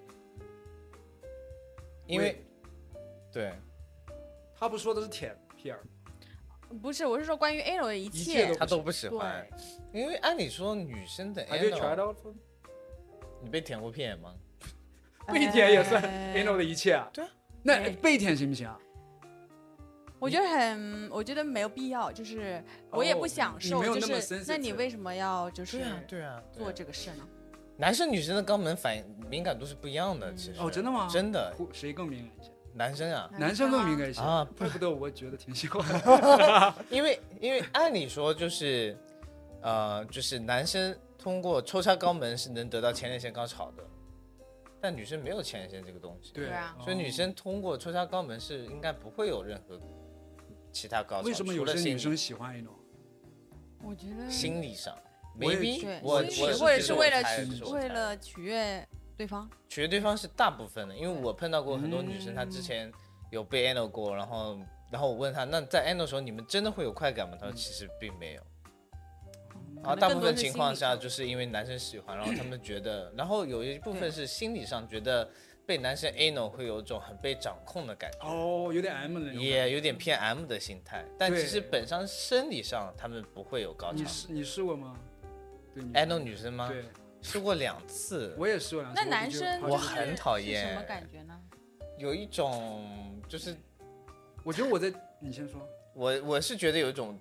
Speaker 4: 因为对
Speaker 2: 他不说的是舔屁眼儿，
Speaker 3: 不是，我是说关于 anal 的一
Speaker 2: 一切都
Speaker 4: 她都不喜欢
Speaker 3: 对，，
Speaker 4: 因为按理说女生的 a
Speaker 2: 还对
Speaker 4: n
Speaker 2: 全
Speaker 4: o
Speaker 2: 都
Speaker 4: 你被舔过屁眼吗？
Speaker 2: 被舔也算
Speaker 3: 呃
Speaker 2: anal 的一切啊？
Speaker 4: 对啊，
Speaker 2: 那
Speaker 3: 对
Speaker 2: 被舔行不行啊？
Speaker 3: 我觉得很，我觉得没有必要，就是我也不享
Speaker 2: 你
Speaker 3: 受，
Speaker 2: 没有
Speaker 3: 就
Speaker 2: 那么
Speaker 3: 是那你
Speaker 2: sensitive
Speaker 3: 为什么要就是
Speaker 4: 哦对啊，对啊，
Speaker 3: 做这个事呢？
Speaker 4: 男生女生的肛门反应敏感度是不一样的，其实
Speaker 2: 哦真的吗
Speaker 4: 真的，
Speaker 2: 不谁更敏感一些？
Speaker 4: 男生
Speaker 3: 哎
Speaker 4: 啊，
Speaker 2: 男生更敏感一些
Speaker 4: 啊
Speaker 2: 怪不得我觉得挺喜欢。
Speaker 4: 因为因为按理说就是，呃，就是男生通过抽插肛门是能得到前列腺高潮的，但女生没有前列腺这个东西，
Speaker 2: 对
Speaker 3: 对啊
Speaker 4: 所以女生通过抽插肛门是应该不会有任何其他高潮，
Speaker 2: 为什么
Speaker 4: 除
Speaker 2: 有
Speaker 4: 了
Speaker 2: 些
Speaker 4: 心
Speaker 2: 女
Speaker 4: 理
Speaker 2: 生喜欢 anal？
Speaker 3: 我觉得
Speaker 4: 心理上
Speaker 2: 我也
Speaker 4: ，maybe
Speaker 3: 对
Speaker 4: 我
Speaker 3: 心
Speaker 4: 我
Speaker 3: 理或者
Speaker 4: 这
Speaker 3: 是
Speaker 4: 种
Speaker 3: 为了
Speaker 4: 猜
Speaker 2: 取
Speaker 4: 这
Speaker 3: 取
Speaker 4: 种
Speaker 3: 为
Speaker 4: 猜
Speaker 3: 了取悦对方，
Speaker 4: 取悦对方是大部分的，因为我碰到过很多女生，她
Speaker 2: 嗯
Speaker 4: 之前有被 anal 过，然后然后我问她，那在 anal 的时候你们真的会有快感吗？她说其实并没有。
Speaker 2: 嗯
Speaker 4: 然后大部分情况下就是因为男生喜欢，然后他们觉得，然后有一部分是心理上觉得被男生 anal 会有一种很被掌控的感觉，
Speaker 2: 哦，有点 M 的那种感觉。
Speaker 4: 也有点偏 M 的心态，但其实本身生理上他们不会有高潮
Speaker 2: 你。试你试过吗？对你
Speaker 4: anal 女生吗？
Speaker 2: 对，
Speaker 4: 试过两次，
Speaker 2: 我也试过两次。
Speaker 3: 那男生
Speaker 2: 我
Speaker 4: 我
Speaker 3: 就是
Speaker 4: 很讨
Speaker 3: 是什么
Speaker 4: 厌
Speaker 3: 感觉呢？
Speaker 4: 有一种就是
Speaker 2: 我觉得我在你先说。
Speaker 4: 我我是觉得有一种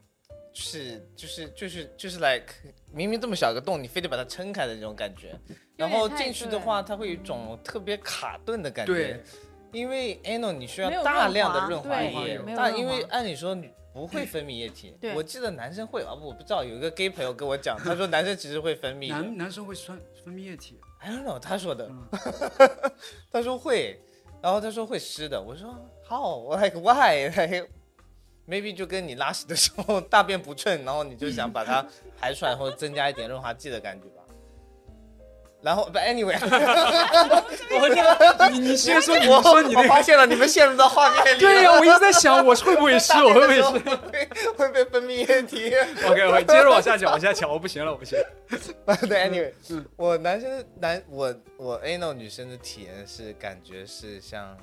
Speaker 4: 是就是就是就是 like 明明这么小个洞，你非得把它撑开的那种感觉。
Speaker 3: 有
Speaker 4: 然
Speaker 3: 点
Speaker 4: 后
Speaker 3: 太
Speaker 4: 进去
Speaker 3: 对
Speaker 4: 的话，它会有一种特别卡顿的感觉
Speaker 2: 对，，
Speaker 4: 因为 ano 你需要
Speaker 3: 没有
Speaker 4: 大
Speaker 3: 润
Speaker 4: 量的
Speaker 3: 滑
Speaker 4: 润滑
Speaker 3: 对
Speaker 4: 液
Speaker 2: 没
Speaker 3: 有，
Speaker 4: 但
Speaker 3: 润
Speaker 4: 因为
Speaker 3: 滑
Speaker 4: 按理说你不会分泌液体
Speaker 3: 对，
Speaker 4: 我记得男生会啊，我不知道有一个 gay 朋友跟我讲，他说男生其实会分泌的
Speaker 2: 男男生会酸分泌 液体，
Speaker 4: ，I don't know，他说的
Speaker 2: 嗯，
Speaker 4: 他说会，然后他说会湿的，我说 how like why like maybe 就跟你拉屎的时候大便不顺，然后你就想把它排出来，或者增加一点润滑剂的感觉吧。然后不 anyway，
Speaker 2: 我这你你先说，你
Speaker 4: 我
Speaker 2: 说你
Speaker 4: 我
Speaker 2: 那
Speaker 4: 发
Speaker 2: 个，
Speaker 4: 现了，你们陷入到画面里。
Speaker 2: 对呀，我一直在想，我会不会湿，我会不会湿
Speaker 4: 会会被分泌液体。
Speaker 2: ？OK，我接着往下讲，往下讲，我不行了，我不行了。
Speaker 4: 对，anyway，、
Speaker 2: 嗯
Speaker 4: 我男生的男我我 anal 女生的体验是感觉是像，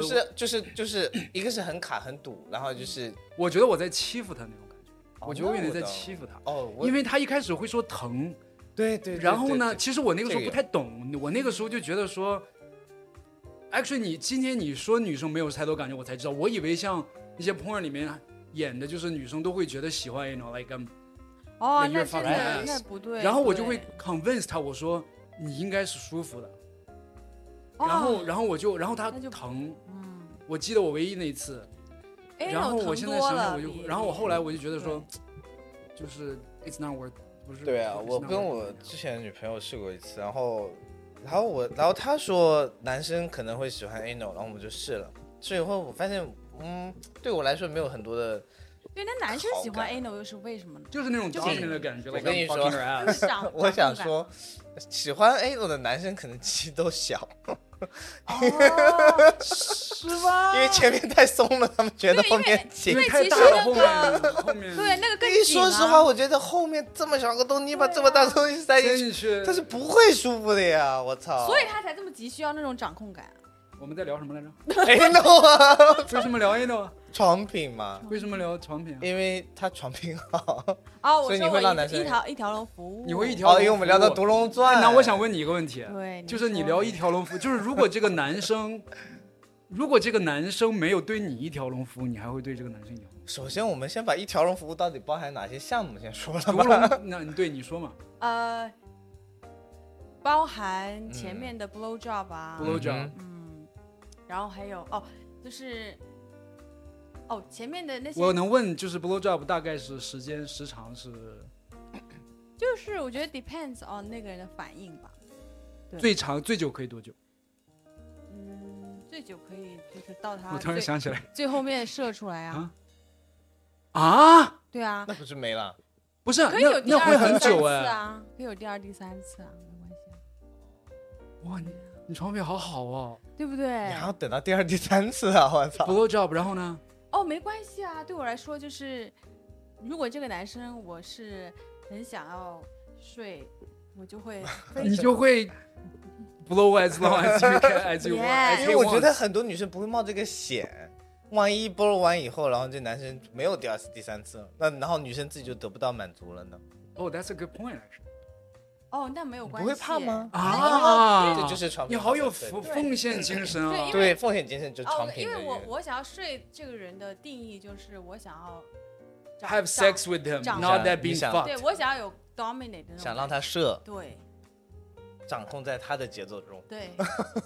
Speaker 4: 就是就是就是一个是很卡很堵，然后就是
Speaker 2: 我觉得我在欺负他哦那种感觉，我觉得我有点在欺
Speaker 4: 负。
Speaker 2: 负他，
Speaker 4: 哦，我
Speaker 2: 因为他一开始会说疼，
Speaker 4: 对对
Speaker 2: 然后呢，？其实我那个时候
Speaker 4: 这
Speaker 2: 不
Speaker 4: 个
Speaker 2: 太懂，我那个时候就觉得说，actually 你今天你说女生没有太多感觉，我才知道，我以为像一些 porn 里面演的就是女生都会觉得喜欢 you know like I'm-
Speaker 3: 哦，
Speaker 2: 对
Speaker 3: 那
Speaker 2: 越发
Speaker 3: 真
Speaker 2: 达
Speaker 3: 的那不对。
Speaker 2: 然后我就
Speaker 3: 对
Speaker 2: 会 convince 他，我说你应该是舒服的，
Speaker 3: 哦
Speaker 2: 然后然后我就然后他
Speaker 3: 那就不
Speaker 2: 疼，
Speaker 3: 嗯，
Speaker 2: 我记得我唯一那一次，
Speaker 3: 哎，
Speaker 2: 然后
Speaker 3: 那
Speaker 2: 我
Speaker 3: 疼
Speaker 2: 现在
Speaker 3: 多
Speaker 2: 想想
Speaker 3: 了
Speaker 2: 我就
Speaker 3: 比，
Speaker 2: 然后我后来我就觉得
Speaker 3: 对
Speaker 2: 说，就是 it's not worth，不是
Speaker 4: 对啊，
Speaker 2: it's
Speaker 4: 我
Speaker 2: not
Speaker 4: 跟
Speaker 2: worth
Speaker 4: 我
Speaker 2: it
Speaker 4: 之前的女朋友试过一次，然后，然后我，然后她说男生可能会喜欢 anal，然后我们就试了，试以后我发现，嗯，对我来说没有很多的，
Speaker 3: 对，那男生喜
Speaker 4: 好
Speaker 3: 欢
Speaker 4: 感
Speaker 3: anal 又是为什么呢？
Speaker 2: 就是那种
Speaker 3: 就
Speaker 2: dominant
Speaker 4: 是
Speaker 2: 的感觉，
Speaker 4: 我跟你说，
Speaker 3: 就是想
Speaker 4: 我想
Speaker 3: 想，
Speaker 4: 说，喜欢 anal 的男生可能鸡都小，
Speaker 3: 哦，
Speaker 2: 是吗
Speaker 4: 因为前面太松了，他们觉得
Speaker 3: 对
Speaker 4: 后
Speaker 3: 因为
Speaker 4: 面紧
Speaker 2: 因。为
Speaker 3: 对
Speaker 2: 太
Speaker 3: 其
Speaker 2: 大
Speaker 3: 实
Speaker 2: 了，
Speaker 3: 那
Speaker 2: 后面后 面
Speaker 3: 对，那个更
Speaker 4: 一
Speaker 3: 紧
Speaker 4: 说
Speaker 3: 啊
Speaker 4: 实话，我觉得后面这么小个东西把这么大东西塞进
Speaker 2: 真
Speaker 4: 去，
Speaker 2: 进去。
Speaker 4: 他是不会舒服的呀！我操！
Speaker 3: 所以他才这么急需要那种掌控感。
Speaker 2: 我们在聊什么来 着？
Speaker 4: anal 啊，
Speaker 2: 为什么聊 A 呢？
Speaker 4: 床品嘛，
Speaker 2: 为什么聊床品啊？
Speaker 4: 因为他床品好。
Speaker 3: 哦，
Speaker 4: 所
Speaker 3: 我
Speaker 4: 以
Speaker 3: 说
Speaker 4: 你会
Speaker 3: 我
Speaker 4: 让男
Speaker 3: 一
Speaker 4: 生
Speaker 3: 一条一条龙服务，
Speaker 2: 你 会一条
Speaker 4: 哦，
Speaker 2: 龙？哎
Speaker 4: 因为我们聊到《独。龙传》，
Speaker 2: 那我想，问你一个问题，
Speaker 3: 对，
Speaker 2: 就是你
Speaker 3: 说
Speaker 2: 聊一条龙服务，就是如果这个男生，如果这个男生没有对你一条龙服务，你还会对这个男生一条龙？
Speaker 4: 首先我们先把一条龙服务到底包含哪些项目先说了
Speaker 2: 独
Speaker 4: 吧。
Speaker 2: 龙，那你对你说嘛
Speaker 3: 呃，包
Speaker 2: 嗯
Speaker 3: 含前面的 blow job 啊，
Speaker 2: ，blow job，
Speaker 4: 嗯
Speaker 3: 嗯，然后还有哦，就是哦前面的那些
Speaker 2: 我能问就是 blow job 大概是时间时长是
Speaker 3: 就是我觉得 depends on 那个人的反应吧。对
Speaker 2: 最长最久可以多久？
Speaker 3: 嗯，最久可以就是到他
Speaker 2: 我突
Speaker 3: 啊
Speaker 2: 然
Speaker 3: 最
Speaker 2: 想起来
Speaker 3: 最后面射出来
Speaker 2: 啊
Speaker 3: 啊，
Speaker 2: 啊，
Speaker 3: 对啊，
Speaker 4: 那不是没了？
Speaker 2: 不是，
Speaker 3: 嗯
Speaker 2: 啊
Speaker 3: 可以有
Speaker 2: 那
Speaker 3: 第
Speaker 2: 那
Speaker 3: 二、
Speaker 2: 会
Speaker 3: 第
Speaker 2: 很
Speaker 3: 三
Speaker 2: 久
Speaker 3: 次
Speaker 2: 哎、
Speaker 3: 啊，可以有第二、第三次啊，没关系啊，
Speaker 2: 哇，你你床品好好哦
Speaker 3: 对不对
Speaker 4: 你？还要等到第二、第三次啊！我操！
Speaker 2: ，blow job，然后呢？
Speaker 3: 哦，没关系啊，对我来说就是，如果这个男生我是很想要睡，我 就会非
Speaker 2: 你就会 blow as long as you can as you want，
Speaker 3: Yeah
Speaker 4: 因
Speaker 2: as
Speaker 4: 为
Speaker 2: you
Speaker 4: 我觉
Speaker 2: want。
Speaker 4: 得很多女生不会冒这个险，万一播完以后，然后这男生没有第二次、第三次了，那然后女生自己就得不到满足了呢？
Speaker 2: Oh, that's a good point. actually
Speaker 3: 哦，那没有
Speaker 4: 你
Speaker 3: 关
Speaker 4: 不
Speaker 3: 系，
Speaker 4: 会怕？
Speaker 3: 哦
Speaker 4: 吗？
Speaker 2: 啊，
Speaker 4: 这就是床
Speaker 2: 你
Speaker 4: 品
Speaker 2: 好
Speaker 4: 好
Speaker 2: 有
Speaker 4: 对
Speaker 2: 奉
Speaker 3: 对
Speaker 2: 奉献精神
Speaker 3: 对因
Speaker 2: 啊
Speaker 3: 为！
Speaker 4: 对奉献精神，就是床
Speaker 3: 哦，
Speaker 4: 品
Speaker 3: 因
Speaker 4: 的
Speaker 3: 为
Speaker 4: 一
Speaker 3: 我
Speaker 4: 个
Speaker 3: 我想要睡这个人的定义就是我想要找
Speaker 2: Have
Speaker 3: 找
Speaker 2: sex with him,
Speaker 3: 长
Speaker 2: not
Speaker 4: 相
Speaker 2: that being
Speaker 4: 你想
Speaker 3: 对
Speaker 2: fucked。
Speaker 3: 我想要有 dominate 的那种感觉，
Speaker 4: 想让他射，
Speaker 3: 对
Speaker 4: 掌控在他的节奏中。
Speaker 3: 对，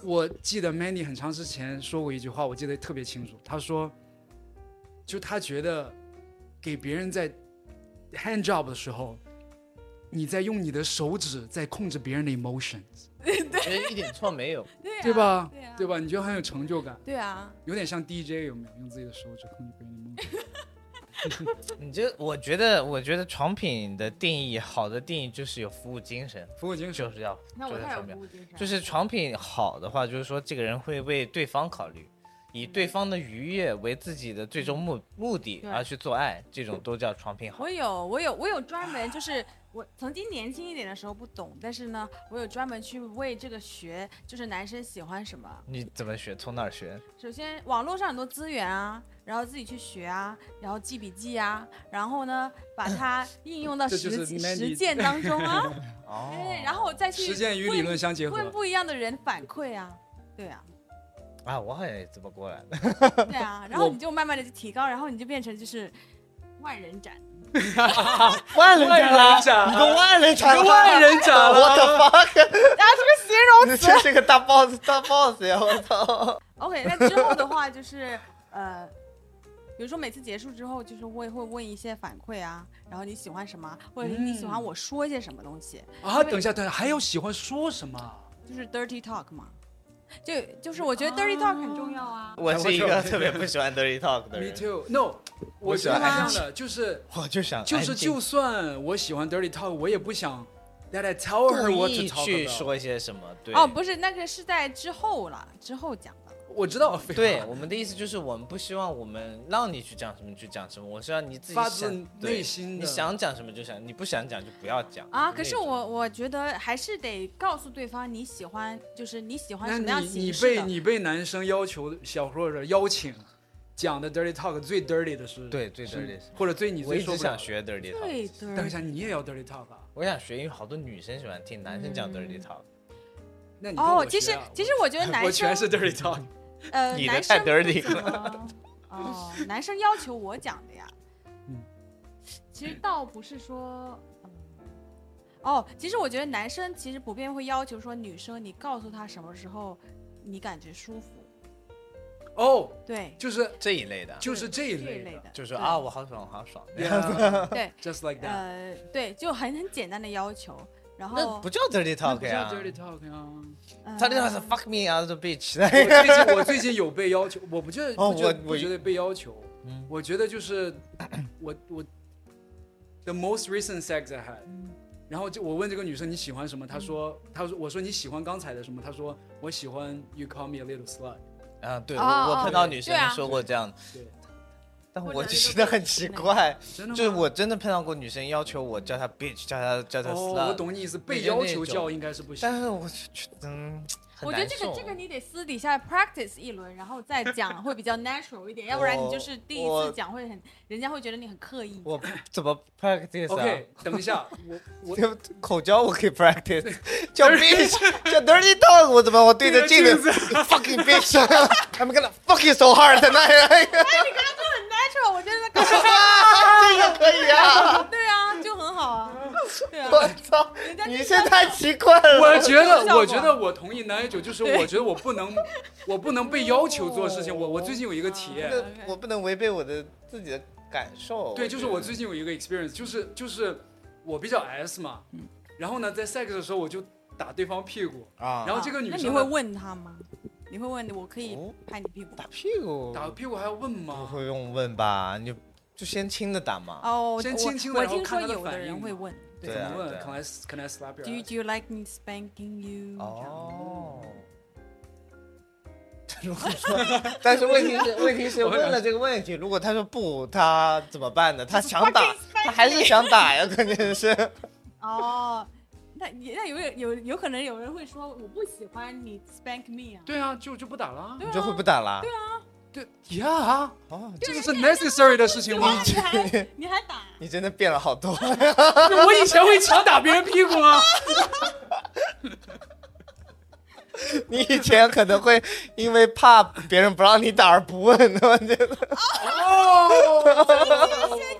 Speaker 2: 我记得 Mandy 很长之前说过一句话，我记得特别清楚。他说，就他觉得给别人在 hand job 的时候，你在用你的手指在控制别人的 emotion。
Speaker 4: 我觉得一点错没有。
Speaker 3: 对啊
Speaker 2: 对吧？
Speaker 3: 对啊，
Speaker 2: 吧？你觉得很有成就感，
Speaker 3: 对啊，
Speaker 2: 有点像 DJ 有没有？用自己的手指控制别人的梦想。
Speaker 4: 你这，我觉得，我觉得床品的定义，好的定义就是有服务精神，
Speaker 2: 服务精神，
Speaker 4: 就是要
Speaker 3: 那我
Speaker 4: 就是
Speaker 3: 太有
Speaker 4: 床品
Speaker 3: 服务精神了，
Speaker 4: 就是床品好的话，就是说这个人会为对方考虑，以对方的愉悦为自己的最终目目的
Speaker 3: 嗯对
Speaker 4: 而去做爱，这种都叫床品好
Speaker 3: 我。有，我有，我有专门就是我曾经年轻一点的时候不懂，但是呢，我有专门去为这个学，就是男生喜欢什么。
Speaker 4: 你怎么学？从哪儿学？
Speaker 3: 首先，网络上很多资源啊，然后自己去学啊，然后记笔记啊，然后呢，把 它应用到
Speaker 2: 这
Speaker 3: 实
Speaker 2: 就是
Speaker 3: 际
Speaker 2: Mandy
Speaker 3: 实践当中 啊，
Speaker 4: 哦
Speaker 3: 对，然后我再去
Speaker 2: 实践与理论相结
Speaker 3: 问问
Speaker 2: 合。
Speaker 3: 不一样的人反馈啊，对 啊，
Speaker 4: 啊，我好像也这么 过来的。
Speaker 3: 对啊，然后
Speaker 2: 我
Speaker 3: 你就慢慢的就提高，然后你就变成就是万人斩，
Speaker 4: 万人斩
Speaker 2: 万人
Speaker 4: 了，
Speaker 2: 斩
Speaker 4: 你个万人斩，
Speaker 2: 你个万人斩了
Speaker 4: 我的 妈！
Speaker 3: 啊，这个形容
Speaker 4: 你真是个大 boss，大 boss 呀！我操！
Speaker 3: OK，那之后的话就是呃，比如说每次结束之后，就是我也会问一些反馈啊，然后你喜欢什么，或者是你
Speaker 2: 嗯
Speaker 3: 喜欢我说一些什么东西，
Speaker 2: 啊，等一下，等一下，还有喜欢说什么？
Speaker 3: 就是 dirty talk 嘛。就就是我觉得 dirty talk 很重要啊。
Speaker 4: 我是一个特别不喜欢 dirty talk 的
Speaker 2: Me
Speaker 4: 人，
Speaker 2: too。No，我
Speaker 4: 喜
Speaker 2: 是
Speaker 4: 欢
Speaker 2: 这
Speaker 4: 安
Speaker 2: 样
Speaker 4: 静
Speaker 2: 的，就是
Speaker 4: 我就想
Speaker 2: 就是
Speaker 4: 安静
Speaker 2: 就算我喜欢 dirty talk，我也不想 that I tell her
Speaker 4: 故
Speaker 2: what to
Speaker 4: 意
Speaker 2: talk
Speaker 4: 去
Speaker 2: about。
Speaker 4: 说一些什么，对，
Speaker 3: 哦，不是，那个是在之后了，之后讲的。
Speaker 2: 我知道，废话
Speaker 4: 对，我们的意思就是，我们不希望我们让你去讲什么就讲什么，我是让你自己
Speaker 2: 发自
Speaker 4: 想
Speaker 2: 内
Speaker 4: 对
Speaker 2: 心
Speaker 4: 你
Speaker 2: 的
Speaker 4: 想讲什么就想，你不想讲就不要讲
Speaker 3: 啊，可是
Speaker 4: 那种
Speaker 3: 我我觉得还是得告诉对方你喜欢，就是你喜欢
Speaker 2: 那
Speaker 3: 什么样
Speaker 2: 你你
Speaker 3: 形式啊
Speaker 2: 被
Speaker 3: 的。
Speaker 2: 你被男生要求小或者邀请讲的 dirty talk 最 dirty 的是
Speaker 4: 对最
Speaker 2: 是
Speaker 4: dirty 的
Speaker 2: 或者最你
Speaker 4: 我
Speaker 2: 最
Speaker 4: 一
Speaker 2: 受
Speaker 4: 直
Speaker 2: 不了的
Speaker 4: 想。学 dirty talk，
Speaker 3: 对
Speaker 2: 等一
Speaker 3: 的。
Speaker 2: 下，你也要 dirty talk 啊？
Speaker 4: 我想学，因为好多女生喜欢听男生讲 dirty talk，
Speaker 2: 那你跟我
Speaker 3: 哦，
Speaker 2: 学
Speaker 3: 其实
Speaker 2: 啊
Speaker 3: 其实我觉得男
Speaker 2: 我
Speaker 3: 生
Speaker 2: 全是 dirty talk。
Speaker 3: 呃，
Speaker 4: 你的
Speaker 3: 男
Speaker 4: 太
Speaker 3: 生不
Speaker 4: dirty
Speaker 3: 怎么哦，男生要求我讲的呀。
Speaker 2: 嗯
Speaker 3: 其实倒不是说，嗯哦，其实我觉得男生其实普遍会要求说，女生你告诉他什么时候你感觉舒服，
Speaker 2: 哦，
Speaker 3: 对，
Speaker 2: 就是
Speaker 4: 这一类的，
Speaker 2: 就是这一
Speaker 3: 这一
Speaker 2: 类
Speaker 3: 类
Speaker 2: 的
Speaker 3: 的，
Speaker 4: 就是
Speaker 3: 对
Speaker 4: 啊，我好爽，我好爽，
Speaker 2: Yeah，
Speaker 3: 对，
Speaker 2: ，just like that。
Speaker 3: 呃，对，就很很简单的要求，然
Speaker 4: 那
Speaker 3: 后
Speaker 4: 不叫 dirty
Speaker 2: 那
Speaker 4: talk
Speaker 2: 不
Speaker 4: 呀
Speaker 2: 叫 dirty talk 啊。
Speaker 3: 呃
Speaker 4: ，dirty talk 是 fuck me out the bitch，
Speaker 2: 我最近我最近有被要求，我不觉得，
Speaker 4: 哦
Speaker 2: 不觉得
Speaker 4: 我
Speaker 2: 不
Speaker 4: 我
Speaker 2: 觉得被要求，
Speaker 4: 嗯
Speaker 2: 我觉得就是 我我 the most recent sex I had，、然后就我问这个女生你喜欢什么，她说
Speaker 4: 嗯
Speaker 2: 她说我说你喜欢刚才的什么，她说我喜欢 you call me a little slut，
Speaker 4: 啊，对我
Speaker 3: 哦
Speaker 4: 我
Speaker 3: 哦
Speaker 4: 碰到女
Speaker 3: 对
Speaker 4: 生
Speaker 3: 啊
Speaker 4: 说过这样，
Speaker 2: 对，
Speaker 4: 但
Speaker 3: 或
Speaker 4: 我
Speaker 3: 者
Speaker 4: 就
Speaker 3: 那嗯
Speaker 4: 觉
Speaker 3: 个
Speaker 4: 得很奇怪，
Speaker 2: 真的吗？
Speaker 4: 就是我真的碰到过女生要求我叫她 bitch，叫她叫她
Speaker 2: 哦，我
Speaker 4: slut，
Speaker 2: 懂你意思，被
Speaker 4: 那就
Speaker 2: 要
Speaker 4: 那
Speaker 2: 求
Speaker 4: 种
Speaker 2: 叫应该是不行，
Speaker 4: 但是我就觉得嗯很
Speaker 3: 我觉得
Speaker 4: 难
Speaker 3: 这个这
Speaker 4: 受
Speaker 3: 个你得私底下 practice 一轮，然后再讲会比较 natural 一点，要不然你就是第一
Speaker 4: 哦我
Speaker 3: 次讲会很，人家会觉得你很刻意。
Speaker 4: 我怎么 practice 啊
Speaker 2: OK，等一下， 我我
Speaker 4: 就口交我可以 practice，叫 bitch，叫 dirty talk，我怎么我对着镜子 fucking bitch，I'm gonna fuck you so hard tonight，
Speaker 3: 你刚刚就很 natural，我觉得刚刚
Speaker 4: 这个可以啊，
Speaker 3: 对啊，就很好啊，对啊。
Speaker 4: 我操
Speaker 3: 人家，
Speaker 4: 女
Speaker 3: 就
Speaker 4: 生
Speaker 3: 叫
Speaker 4: 太奇怪了，
Speaker 2: 我觉
Speaker 3: 有效
Speaker 2: 得，
Speaker 3: 果
Speaker 2: 我觉得我同意南一九，就是我觉得我不能，我不能被要求做事情。我我最近有一
Speaker 4: 啊
Speaker 2: 个体验
Speaker 4: 这，个我不能违背我的自己的感受，
Speaker 2: 对，就是我
Speaker 4: 觉
Speaker 2: 最近有一个 experience，就是就是我比较 S 嘛，
Speaker 3: 嗯
Speaker 2: 然后呢，在 sex 的时候我就打对方屁股，
Speaker 4: 得啊，
Speaker 2: 然后这个女
Speaker 3: 那
Speaker 2: 生
Speaker 3: 你
Speaker 2: 呢
Speaker 3: 会问他吗？你会问我可以
Speaker 4: 哦
Speaker 3: 拍你屁股吗？
Speaker 4: 打屁股
Speaker 2: 打屁股还要问
Speaker 4: 不
Speaker 2: 吗？
Speaker 4: 会用问吧？你就就先轻的打嘛，
Speaker 3: 哦，
Speaker 2: 先
Speaker 3: 我
Speaker 2: 轻轻地
Speaker 3: 我
Speaker 2: 然后
Speaker 3: 听
Speaker 2: 看
Speaker 3: 说
Speaker 2: 他的
Speaker 3: 有的
Speaker 2: 反应啊
Speaker 3: 人会问
Speaker 2: 对
Speaker 4: 对
Speaker 2: 怎
Speaker 4: 啊
Speaker 2: 么问
Speaker 4: 对啊
Speaker 2: ？Can I can I slap your
Speaker 3: ，Do you
Speaker 2: ass？
Speaker 3: do you like me spanking you？
Speaker 4: 哦。但是问题 是，问题是问了这个问题，如果他说不，他怎么办呢？他 想打，他还是想打呀， 关键是。
Speaker 3: 啊这样哦，那你那有有有可能有人会说我不喜欢你 spank me 啊？
Speaker 2: 对啊，就就不打了啊。
Speaker 3: 对
Speaker 4: 你就会
Speaker 3: 啊
Speaker 4: 不，打啦？
Speaker 2: 对，Yeah，
Speaker 4: 哦，
Speaker 2: 这个是 necessary 的事情
Speaker 3: 对
Speaker 2: 吗
Speaker 3: 啊，？你还你还 打？
Speaker 4: 你真的变了好多。
Speaker 2: 我以前会强打别人屁股啊吗？
Speaker 4: 你以前可能会因为怕别人不让你打而不问，我觉 得。
Speaker 2: 哦，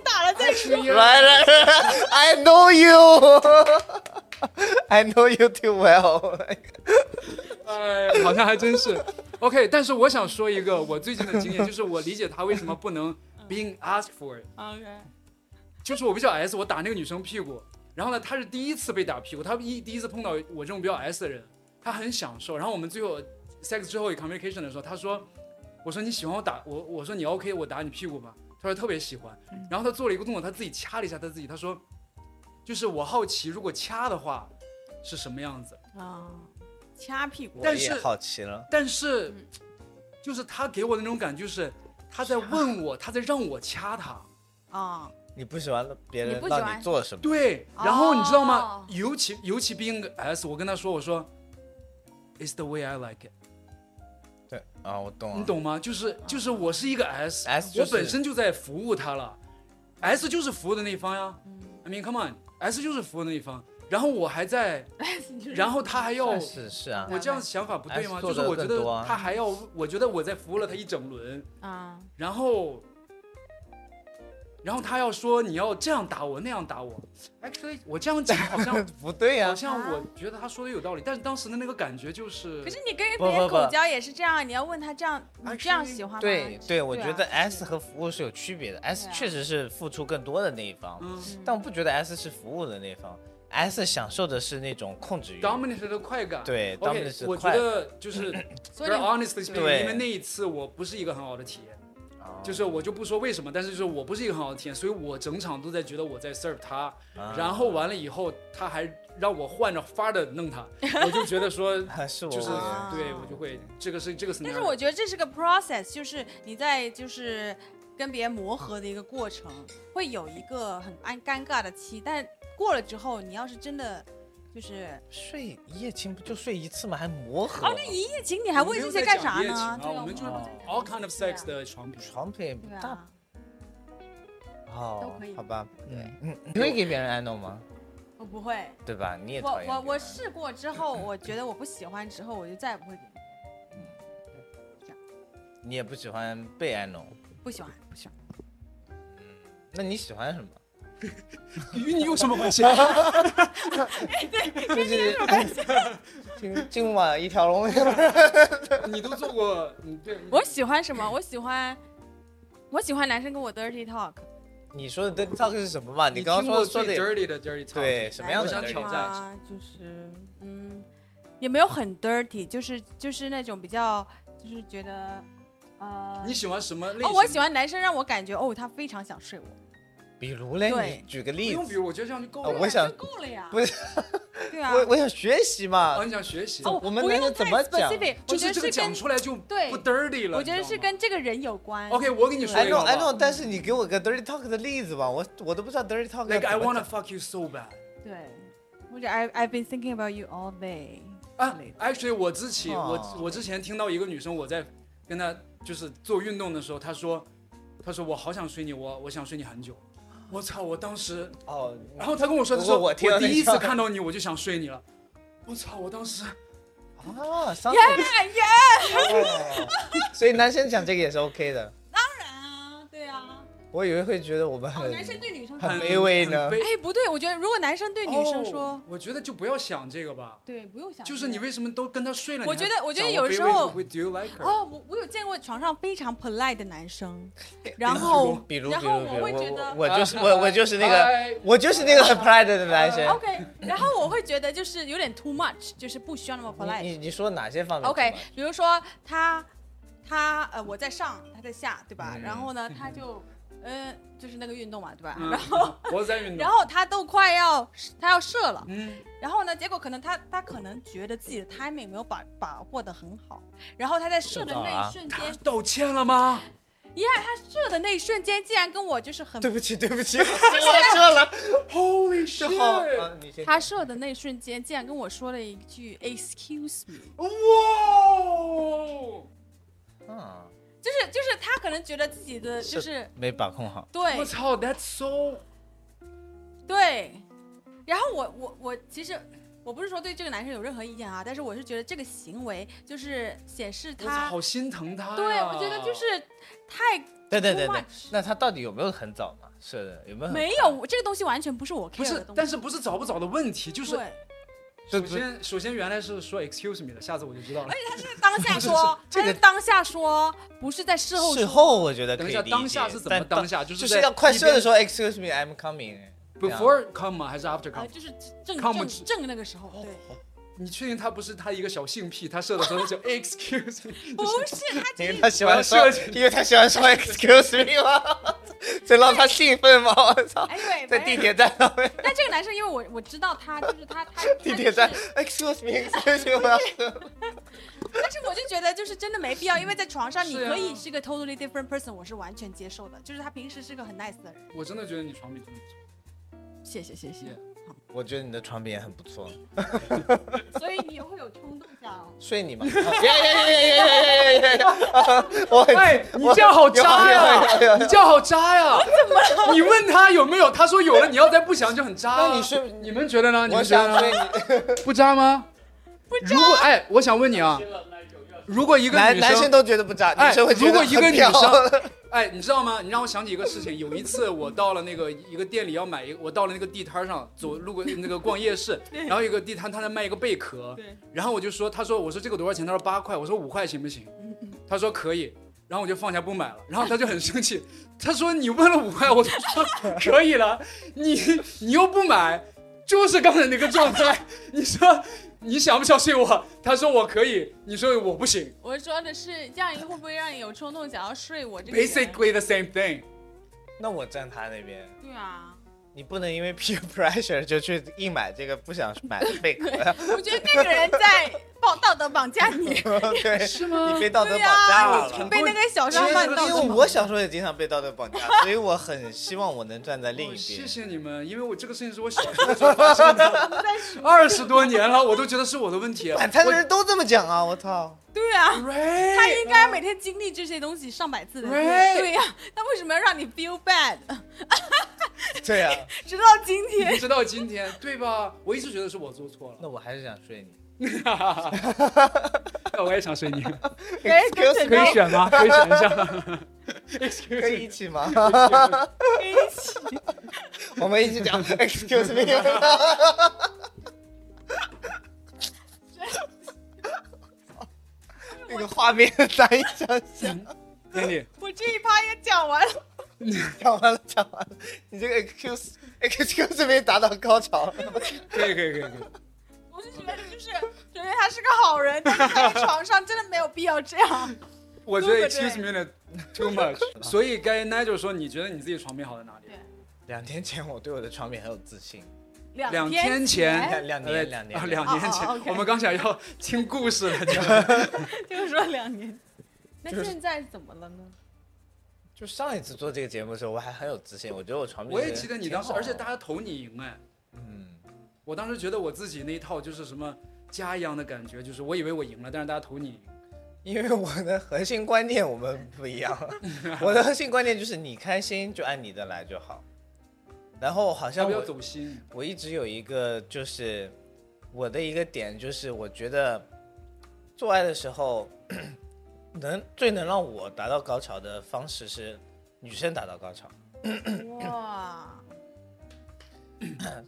Speaker 3: 打了再说。
Speaker 4: 来来来，I know you，I know you too well。
Speaker 2: 哎，好像还真是。OK，但是我想说一个我最近的经验，就是我理解他为什么不能 being asked for，it，
Speaker 3: OK，
Speaker 2: 就是我比较 S，我打那个女生屁股，然后呢，她是第一次被打屁股，她一第一次碰到我这种比较 S 的人，她很享受。然后我们最后 sex 之后有 communication 的时候，她说，我说你喜欢我打我，我说你 OK 我打你屁股吧，她说特别喜欢。然后她做了一个动作，她自己掐了一下她自己，她说，就是我好奇如果掐的话是什么样子。
Speaker 3: 啊，掐屁股。
Speaker 2: 但是
Speaker 4: 我也好奇了，
Speaker 2: 但是
Speaker 3: 嗯，
Speaker 2: 就是他给我的那种感觉就是他在问我，他在让我掐他。
Speaker 3: 啊，
Speaker 4: 你不喜欢别
Speaker 3: 你
Speaker 4: 人
Speaker 3: 不喜
Speaker 4: 让
Speaker 3: 欢
Speaker 4: 你做什么？
Speaker 2: 对，然后你知道吗
Speaker 3: 哦？
Speaker 2: 尤其尤其 being S，我跟他说，我说，It's the way I like it，
Speaker 4: 对啊，我懂了。
Speaker 2: 你懂吗？就是就是我是一个 S，,
Speaker 4: S 就是
Speaker 2: 我本身就在服务他了，S 就是服务的那一方呀。I mean come on，S 就是服务的那一方，然后我还在，
Speaker 3: 嗯
Speaker 2: 然后他还要。
Speaker 4: 算是是啊，
Speaker 2: 我这样想法不对
Speaker 4: S
Speaker 2: 吗？
Speaker 4: 做
Speaker 2: 就是
Speaker 4: 得
Speaker 2: 我觉
Speaker 4: 更
Speaker 2: 得
Speaker 4: 多啊
Speaker 2: 他还要，我觉得我在服务了他一整轮，
Speaker 3: 啊，
Speaker 2: 然后，然后他要说你要这样打我，那样打我。actually 我这样讲好像
Speaker 4: 不对啊呀、
Speaker 2: 好像我觉得他说的有道理，但是当时的那个感觉就是
Speaker 3: 可，是你跟
Speaker 4: 不
Speaker 3: 别人
Speaker 4: 不不哎
Speaker 3: 口交也是这样，你要问他这样，你这样喜欢吗？
Speaker 4: 对对，我
Speaker 3: 啊
Speaker 4: 觉得哎
Speaker 3: 就是
Speaker 4: S 和服务是有区别的，S
Speaker 3: 对啊
Speaker 4: 确实是付出更多的那一方，
Speaker 2: 嗯
Speaker 3: 啊
Speaker 4: 但我不觉得 S 是服务的那一方，S 享受的是那种控制欲。
Speaker 2: ，dominant 的快感。
Speaker 4: 对
Speaker 2: ，OK，
Speaker 4: dominant 的
Speaker 2: 我觉
Speaker 4: 快
Speaker 2: 得就是
Speaker 3: 所以
Speaker 2: very
Speaker 3: 你
Speaker 2: honestly
Speaker 4: 对
Speaker 2: speaking，因为那一次我不是一个很好的体验。
Speaker 4: 啊
Speaker 2: 就是我就不说为什么，但是就是我不是一个很好的体验，所以我整场都在觉得我在 serve 他，
Speaker 4: 啊
Speaker 2: 然后完了以后他还让我换着法的弄 他，我就觉得说
Speaker 4: 是我
Speaker 2: 就是
Speaker 4: 我
Speaker 3: 啊
Speaker 2: 对我就会这个是这个 scenario，
Speaker 3: 但是我觉得这是个 process，就是你在就是跟别人磨合的一个过程，会有一个很尴尴尬的期，但过了之后，你要是真的就是
Speaker 4: 啊睡一夜情不就睡一次吗？还磨合
Speaker 3: 哦，那一夜情你还问这些干啥
Speaker 2: 我们没有在
Speaker 3: 呢？
Speaker 2: 讲一夜情
Speaker 3: 对
Speaker 2: 啊，我们就是
Speaker 4: 们
Speaker 2: all kind of sex
Speaker 3: 对
Speaker 2: 的床品，
Speaker 4: 床品也不
Speaker 3: 对
Speaker 4: 大
Speaker 3: 啊，都
Speaker 4: 哦
Speaker 3: 可以，
Speaker 4: 好吧，嗯嗯，你会给别人安弄吗？
Speaker 3: 我不会，
Speaker 4: 对吧？你也
Speaker 3: 我
Speaker 4: 讨厌
Speaker 3: 我
Speaker 4: 别
Speaker 3: 我
Speaker 4: 人
Speaker 3: 试过之后，我觉得我不喜欢之后，我就再也不会给
Speaker 4: 你也不喜欢被安弄，
Speaker 3: 不喜欢不喜欢。
Speaker 4: 那你喜欢什么？
Speaker 2: 与 你有什么关 系？
Speaker 4: 就是哎今今晚一条龙，
Speaker 2: 你都做过，你对，
Speaker 3: 我喜欢什么？我喜欢我喜欢男生跟我 dirty talk，
Speaker 4: 你说的 dirty talk 是什么嘛？
Speaker 2: 你
Speaker 4: 刚刚
Speaker 2: 听过
Speaker 4: 说说的
Speaker 2: 最
Speaker 4: 也
Speaker 2: dirty 的 dirty talk，
Speaker 4: 对什么样的
Speaker 2: 我想
Speaker 4: dirty
Speaker 2: 挑战一下。
Speaker 3: 啊，就是嗯，也没有很 dirty，就是就是那种比较，就是觉得呃，
Speaker 2: 你喜欢什么类型？
Speaker 3: 哦，我喜欢男生让我感觉哦，他非常想睡我，
Speaker 4: 比如嘞，你
Speaker 3: 对
Speaker 4: 举个
Speaker 2: 不
Speaker 4: 例
Speaker 2: 用，比
Speaker 4: 子，
Speaker 2: 如我觉得这样就够
Speaker 4: 啊
Speaker 2: 了。
Speaker 4: 我想
Speaker 3: 就够了呀，
Speaker 4: 不是
Speaker 3: 对啊，
Speaker 4: 我我想学习嘛
Speaker 2: 啊，。你想学习，
Speaker 3: 哦，
Speaker 4: 我们
Speaker 3: 不
Speaker 4: 男
Speaker 3: 用
Speaker 4: 生怎
Speaker 3: 太
Speaker 4: 么讲
Speaker 3: specific，我
Speaker 2: 就
Speaker 3: 觉得
Speaker 2: 是这个
Speaker 3: 是
Speaker 2: 讲
Speaker 3: 跟
Speaker 2: 出来就
Speaker 3: 对
Speaker 2: 不 dirty 了。
Speaker 3: 我觉得
Speaker 2: 你知
Speaker 3: 是
Speaker 2: 道吗
Speaker 3: 跟这个人有关。
Speaker 2: OK，我跟你说
Speaker 4: 安
Speaker 2: 一
Speaker 4: 弄
Speaker 2: 个吧。
Speaker 4: 安弄，但是你给我个 dirty talk 的例子吧，我我都不知道 dirty talk 要
Speaker 2: Like I
Speaker 4: 怎么讲
Speaker 2: wanna fuck you so bad。
Speaker 3: 对，或者 I I've been thinking about you all day
Speaker 2: 啊
Speaker 3: 之类的
Speaker 2: ，actually 我之前
Speaker 4: 哦
Speaker 2: 我我之前听到一个女生，我在跟她就是做运动的时候，她说，她说我好想睡你，我我想睡你很久。我操！我当时，
Speaker 4: 哦，
Speaker 2: 然后她跟我说，她
Speaker 4: 我
Speaker 2: 说
Speaker 4: 我听到
Speaker 2: 第一
Speaker 4: 那
Speaker 2: 次
Speaker 4: 个
Speaker 2: 看到你我就想睡你了。我操！我当时
Speaker 4: 啊，桑子，哦所以男生讲这个也是 OK 的。
Speaker 3: 当然啊，对啊，
Speaker 4: 我以为会觉得我们
Speaker 3: 哦，
Speaker 4: 很
Speaker 3: 男生对女生
Speaker 4: 很
Speaker 3: 说，
Speaker 4: 卑微呢
Speaker 2: 很卑
Speaker 3: 哎，不对，我觉得如果男生对女生说，
Speaker 2: 哦我觉得就不要想这个吧。
Speaker 3: 对，不用想这个，
Speaker 2: 就是你为什么都跟他睡了？
Speaker 3: 我
Speaker 2: 你还
Speaker 3: 觉得我觉得
Speaker 2: 讲
Speaker 3: 有时
Speaker 2: 卑微
Speaker 3: 候
Speaker 2: 会，Do you like her？
Speaker 3: 哦，我我有见过床上非常 polite 的男 生，
Speaker 2: 如
Speaker 3: 然
Speaker 2: 说
Speaker 3: 后
Speaker 4: 比如比
Speaker 3: 然
Speaker 4: 如
Speaker 3: 后
Speaker 4: 比
Speaker 3: 我会
Speaker 4: 如
Speaker 3: 觉
Speaker 4: 我
Speaker 3: 得
Speaker 4: 我就是我我就是那个
Speaker 2: 个
Speaker 4: 我就是那个很 pride 的男
Speaker 2: 呃哦
Speaker 4: 生。
Speaker 3: OK，然后我会觉得就是有点 too much，就是不需要那
Speaker 2: 嗯
Speaker 3: 么
Speaker 4: 你
Speaker 3: polite。
Speaker 4: 你你说哪些方面
Speaker 3: OK，
Speaker 4: 是吗
Speaker 3: 比如说他他呃我在上，他在下，对吧？
Speaker 4: 嗯
Speaker 3: 然后呢，他就嗯、就是那个运动嘛，对吧？
Speaker 2: 嗯
Speaker 3: 然后
Speaker 2: 我在运动，
Speaker 3: 然后他都快要他要射了，
Speaker 2: 嗯，
Speaker 3: 然后呢，结果可能他他可能觉得自己的 timing 没有把把握的很好，然后他在射的
Speaker 2: 啊
Speaker 3: 那一瞬间，
Speaker 2: 道歉了吗？
Speaker 3: 射的那一瞬间竟然跟我就是很
Speaker 4: 对不起对不起，我错了，
Speaker 2: Holy
Speaker 4: 这好，
Speaker 2: shit！
Speaker 4: 啊你先
Speaker 3: 他射的那一瞬间，竟然跟我说了一句 “excuse me”，
Speaker 2: 哇！
Speaker 4: 嗯，
Speaker 3: 就是就是他可能觉得自己的就是是
Speaker 4: 没把控好。
Speaker 3: 对
Speaker 2: 我操，That's so
Speaker 3: 对，然后我我我其实我不是说对这个男生有任何意见啊，但是我是觉得这个行为就是显示
Speaker 2: 我操
Speaker 3: 他
Speaker 2: 好心疼他呀。
Speaker 3: 对我觉得就是太
Speaker 4: 对对对
Speaker 3: too
Speaker 4: 对
Speaker 3: much，
Speaker 4: 那他到底有没有很早嘛？是的，有没有很
Speaker 3: 没
Speaker 4: 早？
Speaker 3: 有这个东西完全不是我 care
Speaker 2: 不是
Speaker 3: 的，东西，
Speaker 2: 但是不是找不找的问题，就是
Speaker 3: 对， 哎
Speaker 4: 这
Speaker 2: 首先首先原来是说 Excuse me 的，下次我就知道了。
Speaker 3: 是当下说，
Speaker 4: 这
Speaker 3: 他
Speaker 4: 个
Speaker 3: 是当下说，不是在事后
Speaker 4: 事
Speaker 3: 说。
Speaker 4: 后我觉得
Speaker 2: 等
Speaker 4: 可
Speaker 2: 一
Speaker 4: 以
Speaker 2: 下，
Speaker 4: 理
Speaker 2: 当下
Speaker 4: 解
Speaker 2: 是怎
Speaker 4: 但
Speaker 2: 么当下？就
Speaker 4: 就是是要快射的时
Speaker 2: 候
Speaker 4: 候，Excuse me, I'm coming。
Speaker 2: ，before come 吗还是 after
Speaker 3: 啊，
Speaker 2: come？
Speaker 3: 就是正
Speaker 2: 看不
Speaker 3: 正
Speaker 2: 起
Speaker 3: 正那个时候，对，
Speaker 4: 哦
Speaker 2: 你确定他不是他一个小性癖？他射的时候就 Excuse me，
Speaker 3: 不是他
Speaker 4: 因
Speaker 3: 这
Speaker 4: 为
Speaker 3: 个
Speaker 4: 他喜欢说
Speaker 2: 我要射，
Speaker 4: 因为他喜欢说 Excuse me 吗？这让他兴奋吗？我操！
Speaker 3: 哎对，
Speaker 4: 在
Speaker 3: 反
Speaker 4: 地
Speaker 3: 正
Speaker 4: 铁站上面，
Speaker 3: 但这个男生，因为我我知道他就是他他
Speaker 4: 地铁站，Excuse me，Excuse me，我要射。
Speaker 3: 他就是但是我就觉得就是真的没必要，因为在床上你
Speaker 2: 是啊
Speaker 3: 可以是个 totally different person，我是完全接受的。就是他平时是个很 nice 的人，
Speaker 2: 我真的觉得你床品真的不错。
Speaker 3: 谢谢谢谢。
Speaker 4: 我觉得你的床品也很不错，
Speaker 3: 所以你会有冲动 想，
Speaker 4: 睡你吗？啊别别别别别别别！啊我很
Speaker 2: 哎，你这样好渣呀！
Speaker 4: 有有有有
Speaker 2: 你这样好渣 呀！怎么了？你问他有没有，他说有了，你要再不想就很渣啊。
Speaker 4: 那你是
Speaker 2: 你们觉得呢？你
Speaker 4: 我
Speaker 2: 们觉
Speaker 4: 想
Speaker 2: 得
Speaker 4: 睡
Speaker 2: 呢？
Speaker 4: 你。
Speaker 2: 不渣吗？不渣。如果哎，我想问你啊，如果一个
Speaker 4: 男
Speaker 2: 女
Speaker 4: 男生
Speaker 2: 生，
Speaker 4: 都觉得不渣，
Speaker 2: 哎
Speaker 4: 女生会觉得
Speaker 2: 如果一个
Speaker 4: 很
Speaker 2: 女生
Speaker 4: 飘
Speaker 2: 哎哎，你知道吗？你让我想起一个事情。有一次我到了那个 一个店里要买一个，我到了那个地摊上走路过那个逛夜市，然后有个地摊他在卖一个贝壳，
Speaker 3: 对，
Speaker 2: 然后我就说，他说我说这个多少钱？他说八块，我说五块行不行？他说可以，然后我就放下不买了。然后他就很生气，他说你问了五块，我就说可以了，你你又不买，就是刚才那个状态。你说你想不相信我？他说我可以，你说我不行。
Speaker 3: 我说的是这样，会不会让你有冲动想要睡我这个人
Speaker 2: Basically the same thing。
Speaker 4: 那我站他那边，
Speaker 3: 对啊，
Speaker 4: 你不能因为 peer pressure 就去硬买这个不想买的贝壳，
Speaker 3: 我觉得那个人在绑道德绑 架你，
Speaker 4: 对，
Speaker 2: 是吗
Speaker 4: 你被道德
Speaker 3: 对
Speaker 4: 绑架
Speaker 3: 呀、
Speaker 4: 了。
Speaker 3: 你被那个小
Speaker 4: 其
Speaker 3: 商
Speaker 4: 实
Speaker 3: 贩道
Speaker 4: 因
Speaker 3: 德
Speaker 4: 为
Speaker 3: 绑
Speaker 4: 我小时候也经常被道德绑架，所以我很希望我能站在另一
Speaker 2: 哦
Speaker 4: 边。
Speaker 2: 谢谢你们，因为我这个事情是我小时候就发生的，二十多年了，我都觉得是我的问题。
Speaker 4: 反餐的
Speaker 2: 我
Speaker 4: 人都这么讲啊！我操，
Speaker 3: 对啊，
Speaker 2: Right，
Speaker 3: 他应该每天经历这些东西上百次的，
Speaker 2: 哎 Right
Speaker 3: 对呀、他为什么要让你 feel bad？
Speaker 4: 对啊呀、
Speaker 3: 直到今 天，
Speaker 2: 直到今天，对吧？我一直觉得是我做错了。
Speaker 4: 那我还是想睡你。
Speaker 2: 我也想睡你，
Speaker 3: 感觉
Speaker 4: Excuse
Speaker 3: 跟枕
Speaker 2: 可
Speaker 3: 头
Speaker 2: 以选吗？可以选一下。
Speaker 4: 可以一起吗？
Speaker 3: 跟一起。
Speaker 4: 我们一起 讲 Excuse me。那个画面难以想象。
Speaker 2: 天地，
Speaker 3: 我这一趴也讲完了，
Speaker 4: 讲完了，讲完了，你这个 Excuse Excuse me 达到高潮了。
Speaker 2: 可以可以可以可以。
Speaker 3: 我是觉得就是觉得他是个好人，但是他在床上真的没有必要这样。
Speaker 2: 我觉得
Speaker 3: 对
Speaker 2: excuse me 的 too much。所以该 Nigel 说，你觉得你自己床品好在哪里？
Speaker 4: 两天前我对我的床品很有自信，
Speaker 2: 两
Speaker 3: 天
Speaker 2: 天前
Speaker 4: 两两
Speaker 2: 呃
Speaker 4: 年两
Speaker 2: 啊
Speaker 4: 年
Speaker 2: 两年前
Speaker 3: 哦哦，，OK
Speaker 2: 我们刚想要听故事了，就
Speaker 3: 就是说两年。那
Speaker 4: 就是
Speaker 3: 现在怎么了呢？
Speaker 4: 就上一次做这个节目的时候，我还很有自信，我觉得我床品
Speaker 2: 我也记得你当时，而且大
Speaker 4: 大
Speaker 2: 家投你赢哎，
Speaker 4: 嗯，
Speaker 2: 我当时觉得我自己那一套就是什么家一样的感觉，就是我以为我赢了，但是大家投你
Speaker 4: 因
Speaker 2: 赢。
Speaker 4: 为我的核心观念我们不一样，我的核心观念就是你开心就按你的来就好，然后好
Speaker 2: 要
Speaker 4: 像
Speaker 2: 不要
Speaker 4: 我
Speaker 2: 走心？
Speaker 4: 我一直有一个就是我的一个点，就是我觉得做爱的时候能最能让我达到高潮的方式是女生达到高潮，
Speaker 3: 哇，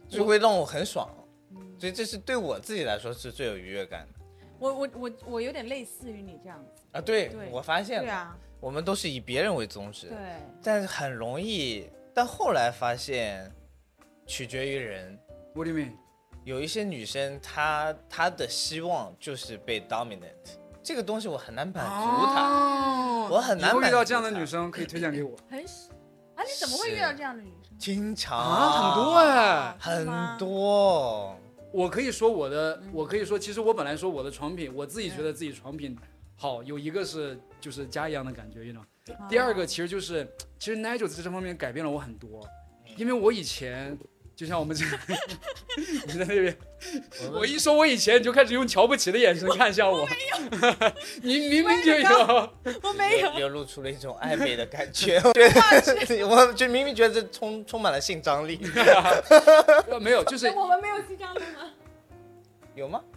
Speaker 4: 就会让我很爽，
Speaker 3: 嗯
Speaker 4: 所以这是对我自己来说是最有愉悦感的
Speaker 3: 我我我我有点类似于你这样子。
Speaker 4: 啊！对
Speaker 3: 对
Speaker 4: 我发现
Speaker 3: 对
Speaker 4: 了，
Speaker 3: 啊，
Speaker 4: 我们都是以别人为宗旨，
Speaker 3: 对，
Speaker 4: 但是很容易，但后来发现取决于人。
Speaker 2: What do you mean？
Speaker 4: 有一些女生，她她的希望就是被 dominant，这个东西我很难满足她。
Speaker 2: 她
Speaker 4: 我很难
Speaker 2: 以后哦遇
Speaker 4: 满
Speaker 2: 到
Speaker 4: 足
Speaker 2: 这样的
Speaker 4: 她
Speaker 2: 女生，可以推荐给我
Speaker 3: 很喜啊，你怎么会遇到
Speaker 4: 是
Speaker 3: 这样的女生？
Speaker 4: 经常
Speaker 2: 啊，很多哎。
Speaker 3: 是吗
Speaker 4: 很多，
Speaker 2: 我可以说我的，我可以说，其实我本来说我的床品，我自己觉得自己床品好，有一个是就是家一样的感觉，you know。第
Speaker 3: 啊
Speaker 2: 二个其实就是，其实 Nigel 在这方面改变了我很多，因为我以前就像我们这， 你在那边，我一说我以前你就开始用瞧不起的眼神看向我，你明明就有，
Speaker 3: 我没有，
Speaker 4: 流露出了一种暧昧的感 觉。对，我就明明觉得这充充满了性张 力，
Speaker 2: 呃没有，就是
Speaker 3: 我们没有新疆的吗？
Speaker 4: 有吗？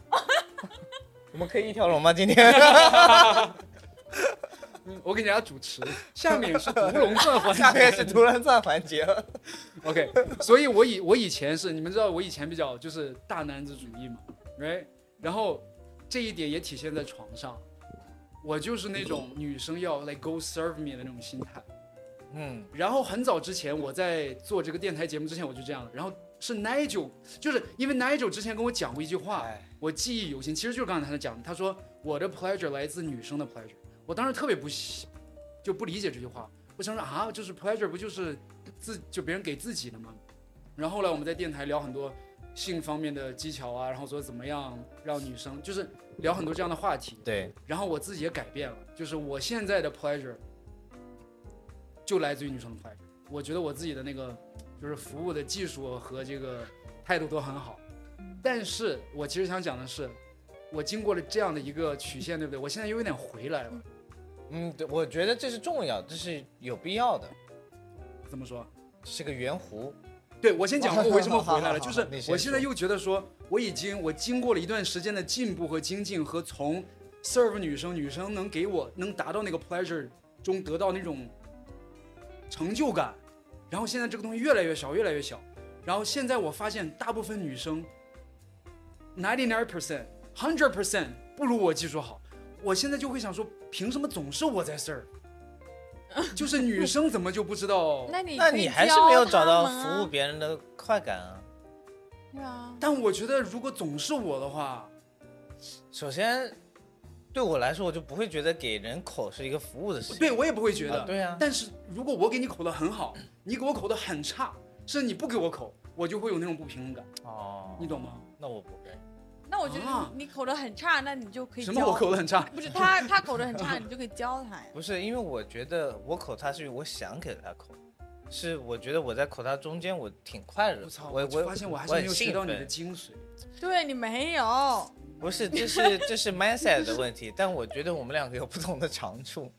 Speaker 4: 我们可以一条龙吗？今 天
Speaker 2: 嗯我给大家主持，下面是独龙凤 凰。
Speaker 4: 下面是突然赞环节了。
Speaker 2: OK，所以我以我以前是你们知道我以前比较就是大男子主义嘛，right？然后这一点也体现在床上，我就是那种女生要 like go serve me 的那种心态。
Speaker 4: 嗯，
Speaker 2: 然后很早之前我在做这个电台节目之前我就这样了，然后是 Nigel，就是因为 Nigel 之前跟我讲过一句话，
Speaker 4: 哎，
Speaker 2: 我记忆犹新，其实就是刚才他讲的，他说我的 pleasure 来自女生的 pleasure，我当时特别不喜，就不理解这句话，我想说啊，就是 pleasure 不就是自就别人给自己的吗？然后后来我们在电台聊很多性方面的技巧啊，然后说怎么样让女生就是聊很多这样的话题，
Speaker 4: 对，
Speaker 2: 然后我自己也改变了，就是我现在的 pleasure 就来自于女生的 pleasure，我觉得我自己的那个就是服务的技术和这个态度都很好。但是我其实想讲的是，我经过了这样的一个曲线，对不对？我现在又有点回来了。
Speaker 4: 嗯，对，我觉得这是重要，这是有必要的，
Speaker 2: 怎么说？
Speaker 4: 是个圆弧。
Speaker 2: 对我先讲我为什 么回来
Speaker 4: 好
Speaker 2: 了，就
Speaker 4: 好好
Speaker 2: 是
Speaker 4: 你先
Speaker 2: 我现在
Speaker 4: 说
Speaker 2: 又觉得说，我已经我经过了一段时间的进步和精进，和从 serve 女生，女生能给我能达到那个 pleasure 中得到那种成就感。然后现在这个东西越来越小，越来越小。然后现在我发现，大部分女生，ninety nine percent、hundred percent 不如我技术好。我现在就会想说，凭什么总是我在 serve？就是女生怎么就不知道？
Speaker 3: 那你
Speaker 4: 那
Speaker 3: 可以
Speaker 4: 你还是
Speaker 3: 教
Speaker 4: 没有找
Speaker 3: 他
Speaker 4: 到
Speaker 3: 们啊
Speaker 4: 服务别人的快感啊。
Speaker 3: 对啊，
Speaker 2: 但我觉得如果总是我的话，
Speaker 4: 首先，对我来说，我就不会觉得给人口是一个服务的事情。
Speaker 2: 对我也不会觉得。
Speaker 4: 啊对啊
Speaker 2: 但是如果我给你口的很好，你给我口的很差，甚至你不给我口，我就会有那种不平衡感，
Speaker 4: 哦
Speaker 2: 你懂吗？
Speaker 4: 那我不会。
Speaker 3: 那我觉得
Speaker 2: 啊
Speaker 3: 你你口的很差，那你就可以
Speaker 2: 什么
Speaker 3: 教
Speaker 2: 我口的很差？
Speaker 3: 不是他他口的很差，你就可以教他呀。
Speaker 4: 不是，因为我觉得我口他是我想给他口，是我觉得我在口他中间我挺快乐
Speaker 2: 我
Speaker 4: 的。
Speaker 2: 操！
Speaker 4: 我我
Speaker 2: 发现我还是
Speaker 4: 我很
Speaker 2: 没有学
Speaker 4: 兴
Speaker 2: 到你的
Speaker 4: 奋
Speaker 2: 精髓。
Speaker 3: 对你没有，
Speaker 4: 不是，这是这是 mindset 的问题，但我觉得我们两个有不同的长处。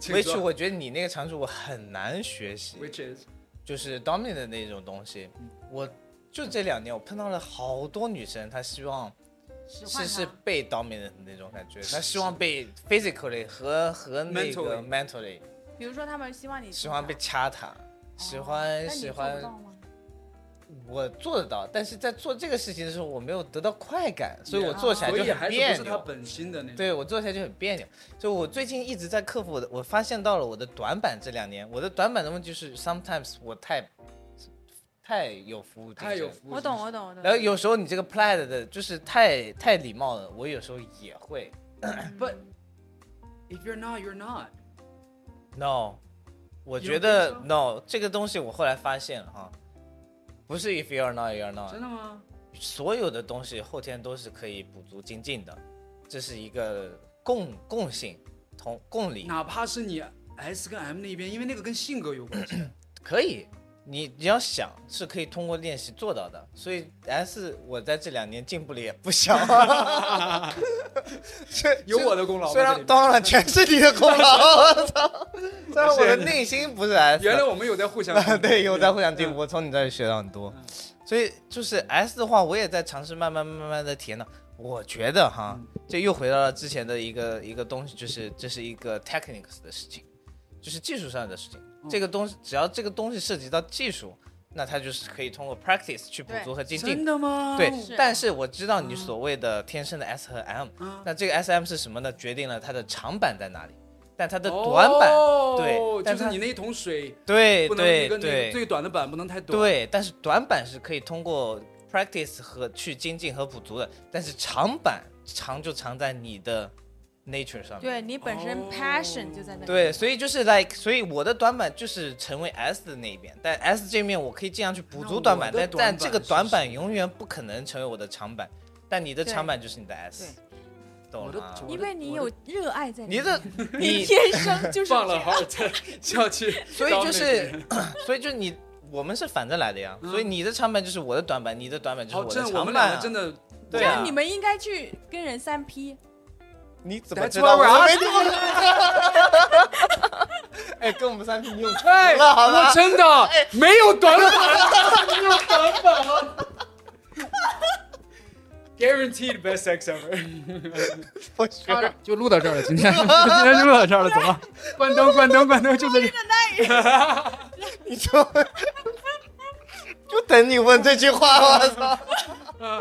Speaker 2: 请
Speaker 4: 回去
Speaker 2: 说
Speaker 4: 我觉得你那个长处我很难学习，
Speaker 2: ，which is
Speaker 4: 就是 dominant 的那种东西。我就这两年我碰到了好多女生，她希望
Speaker 3: 使
Speaker 4: 是
Speaker 3: 唤
Speaker 4: 是
Speaker 3: 他
Speaker 4: 被 dominant 的那种感觉，她希望被 physically 和和那个 mentally
Speaker 3: 比如说他们希望你
Speaker 4: 喜欢被掐她，
Speaker 3: 哦
Speaker 4: 喜欢喜欢我做得到，但是在做这个事情的时候我没有得到快感，所以我做起来
Speaker 2: 所
Speaker 4: 就
Speaker 2: 以
Speaker 4: 很
Speaker 2: 还是
Speaker 4: 别
Speaker 2: 不是他
Speaker 4: 扭。
Speaker 2: 本心的那种。
Speaker 4: 对我做起来就很别扭，就我最近一直在克服我的，我发现到了我的短板。这两年我的短板的问题是，sometimes 我太太有服务精神，
Speaker 2: 太有服务精神。
Speaker 3: 我懂，啊我懂，我懂。
Speaker 4: 然后有时候你这个 plaid 的就是太太礼貌了，我有时候也会。
Speaker 2: But if you're not, you're not。
Speaker 4: No，我
Speaker 2: 有
Speaker 4: 觉得
Speaker 2: 跟
Speaker 4: no 这个东西我后来发现了哈，不是 if you are not you are not，
Speaker 2: 真的吗？
Speaker 4: 所有的东西后天都是可以补足精进的，这是一个共共性同共理，
Speaker 2: 哪怕是你 S 跟 M 那边，因为那个跟性格有 关系。
Speaker 4: 可以。你只要想是可以通过练习做到的，所以 S 我在这两年进步了也不小， 这
Speaker 2: 有
Speaker 4: 这
Speaker 2: 我的功劳吗
Speaker 4: 虽
Speaker 2: 这
Speaker 4: 然
Speaker 2: 里面
Speaker 4: 当然全是你的功劳，我操！虽然我的
Speaker 2: 是
Speaker 4: 内心不是 S，
Speaker 2: 原来我们有在互 相
Speaker 4: 对有在互相进
Speaker 2: 进
Speaker 4: 步，
Speaker 2: 步。
Speaker 4: 我从你这里学到很多
Speaker 2: 嗯。
Speaker 4: 所以就是 S 的话，我也在尝试慢慢慢慢的体验到。我觉得哈，
Speaker 2: 嗯
Speaker 4: 这又回到了之前的一个一个东西，就是这是一个 techniques 的事情，就是技术上的事情。
Speaker 2: 嗯
Speaker 4: 这个东西只要这个东西涉及到技术，那它就是可以通过 practice 去补足和精进
Speaker 2: 真。的吗？
Speaker 4: 对
Speaker 3: 是，
Speaker 4: 但是我知道你所谓的天生的 S 和 M，、
Speaker 2: 嗯
Speaker 4: 那这个 S M 是什么呢？决定了它的长板在哪里，但它的短板，
Speaker 2: 哦
Speaker 4: 对但
Speaker 2: 就是
Speaker 4: 它
Speaker 2: 你那一桶水
Speaker 4: 对
Speaker 2: 不能那
Speaker 4: 对
Speaker 2: 个那
Speaker 4: 对
Speaker 2: 个最短的板不能太短。
Speaker 4: 对，但是短板是可以通过 practice 和去精进和补足的，但是长板长就长在你的 nature 上面。
Speaker 3: 对你本身
Speaker 2: 哦
Speaker 3: passion 就在那里。
Speaker 4: 对，所以就是 like，所以我的短板就是成为 S 的那一边，但 S 这面我可以尽量去补足短板，
Speaker 2: 那我
Speaker 4: 但
Speaker 2: 的
Speaker 4: 但
Speaker 2: 短板
Speaker 4: 这个
Speaker 2: 是
Speaker 4: 短
Speaker 2: 什
Speaker 4: 板永远不可能成为我的长板，但你的
Speaker 3: 对
Speaker 4: 长板就是你的 S，懂
Speaker 2: 我
Speaker 4: 了
Speaker 2: 的
Speaker 4: 吗？
Speaker 3: 因为你有热爱在里
Speaker 4: 你
Speaker 3: 面。
Speaker 4: 的
Speaker 3: 你
Speaker 4: 你，
Speaker 3: 天生就 是
Speaker 2: 放了
Speaker 3: 这样
Speaker 2: 好几次就要去，
Speaker 4: 所以就是， 所以就你，我们是反着来的呀，所以你的长板就是我的短板，你的短板就是
Speaker 2: 嗯好，
Speaker 4: 我的
Speaker 2: 真的我
Speaker 4: 长
Speaker 2: 们
Speaker 4: 板
Speaker 2: 两
Speaker 4: 啊，
Speaker 2: 个真的
Speaker 4: 对
Speaker 3: 这
Speaker 4: 啊
Speaker 3: 样，你们应该去跟人三 P。
Speaker 4: 你怎
Speaker 2: That's
Speaker 4: 么知道
Speaker 2: why
Speaker 4: 我
Speaker 2: we're
Speaker 4: 没听过？ 哎，跟我们三 P 你有仇了 哎好
Speaker 2: 我
Speaker 4: 吧？
Speaker 2: 哦真的没有短板，没 有短板。Guaranteed best sex ever。
Speaker 4: 我学
Speaker 2: 好了，就 录到这儿了，今天 今天就录到这儿了，走 吧。关灯，关灯，关灯，就在这。
Speaker 3: 啊
Speaker 4: 你 就就等你问这句话，我操！
Speaker 2: 啊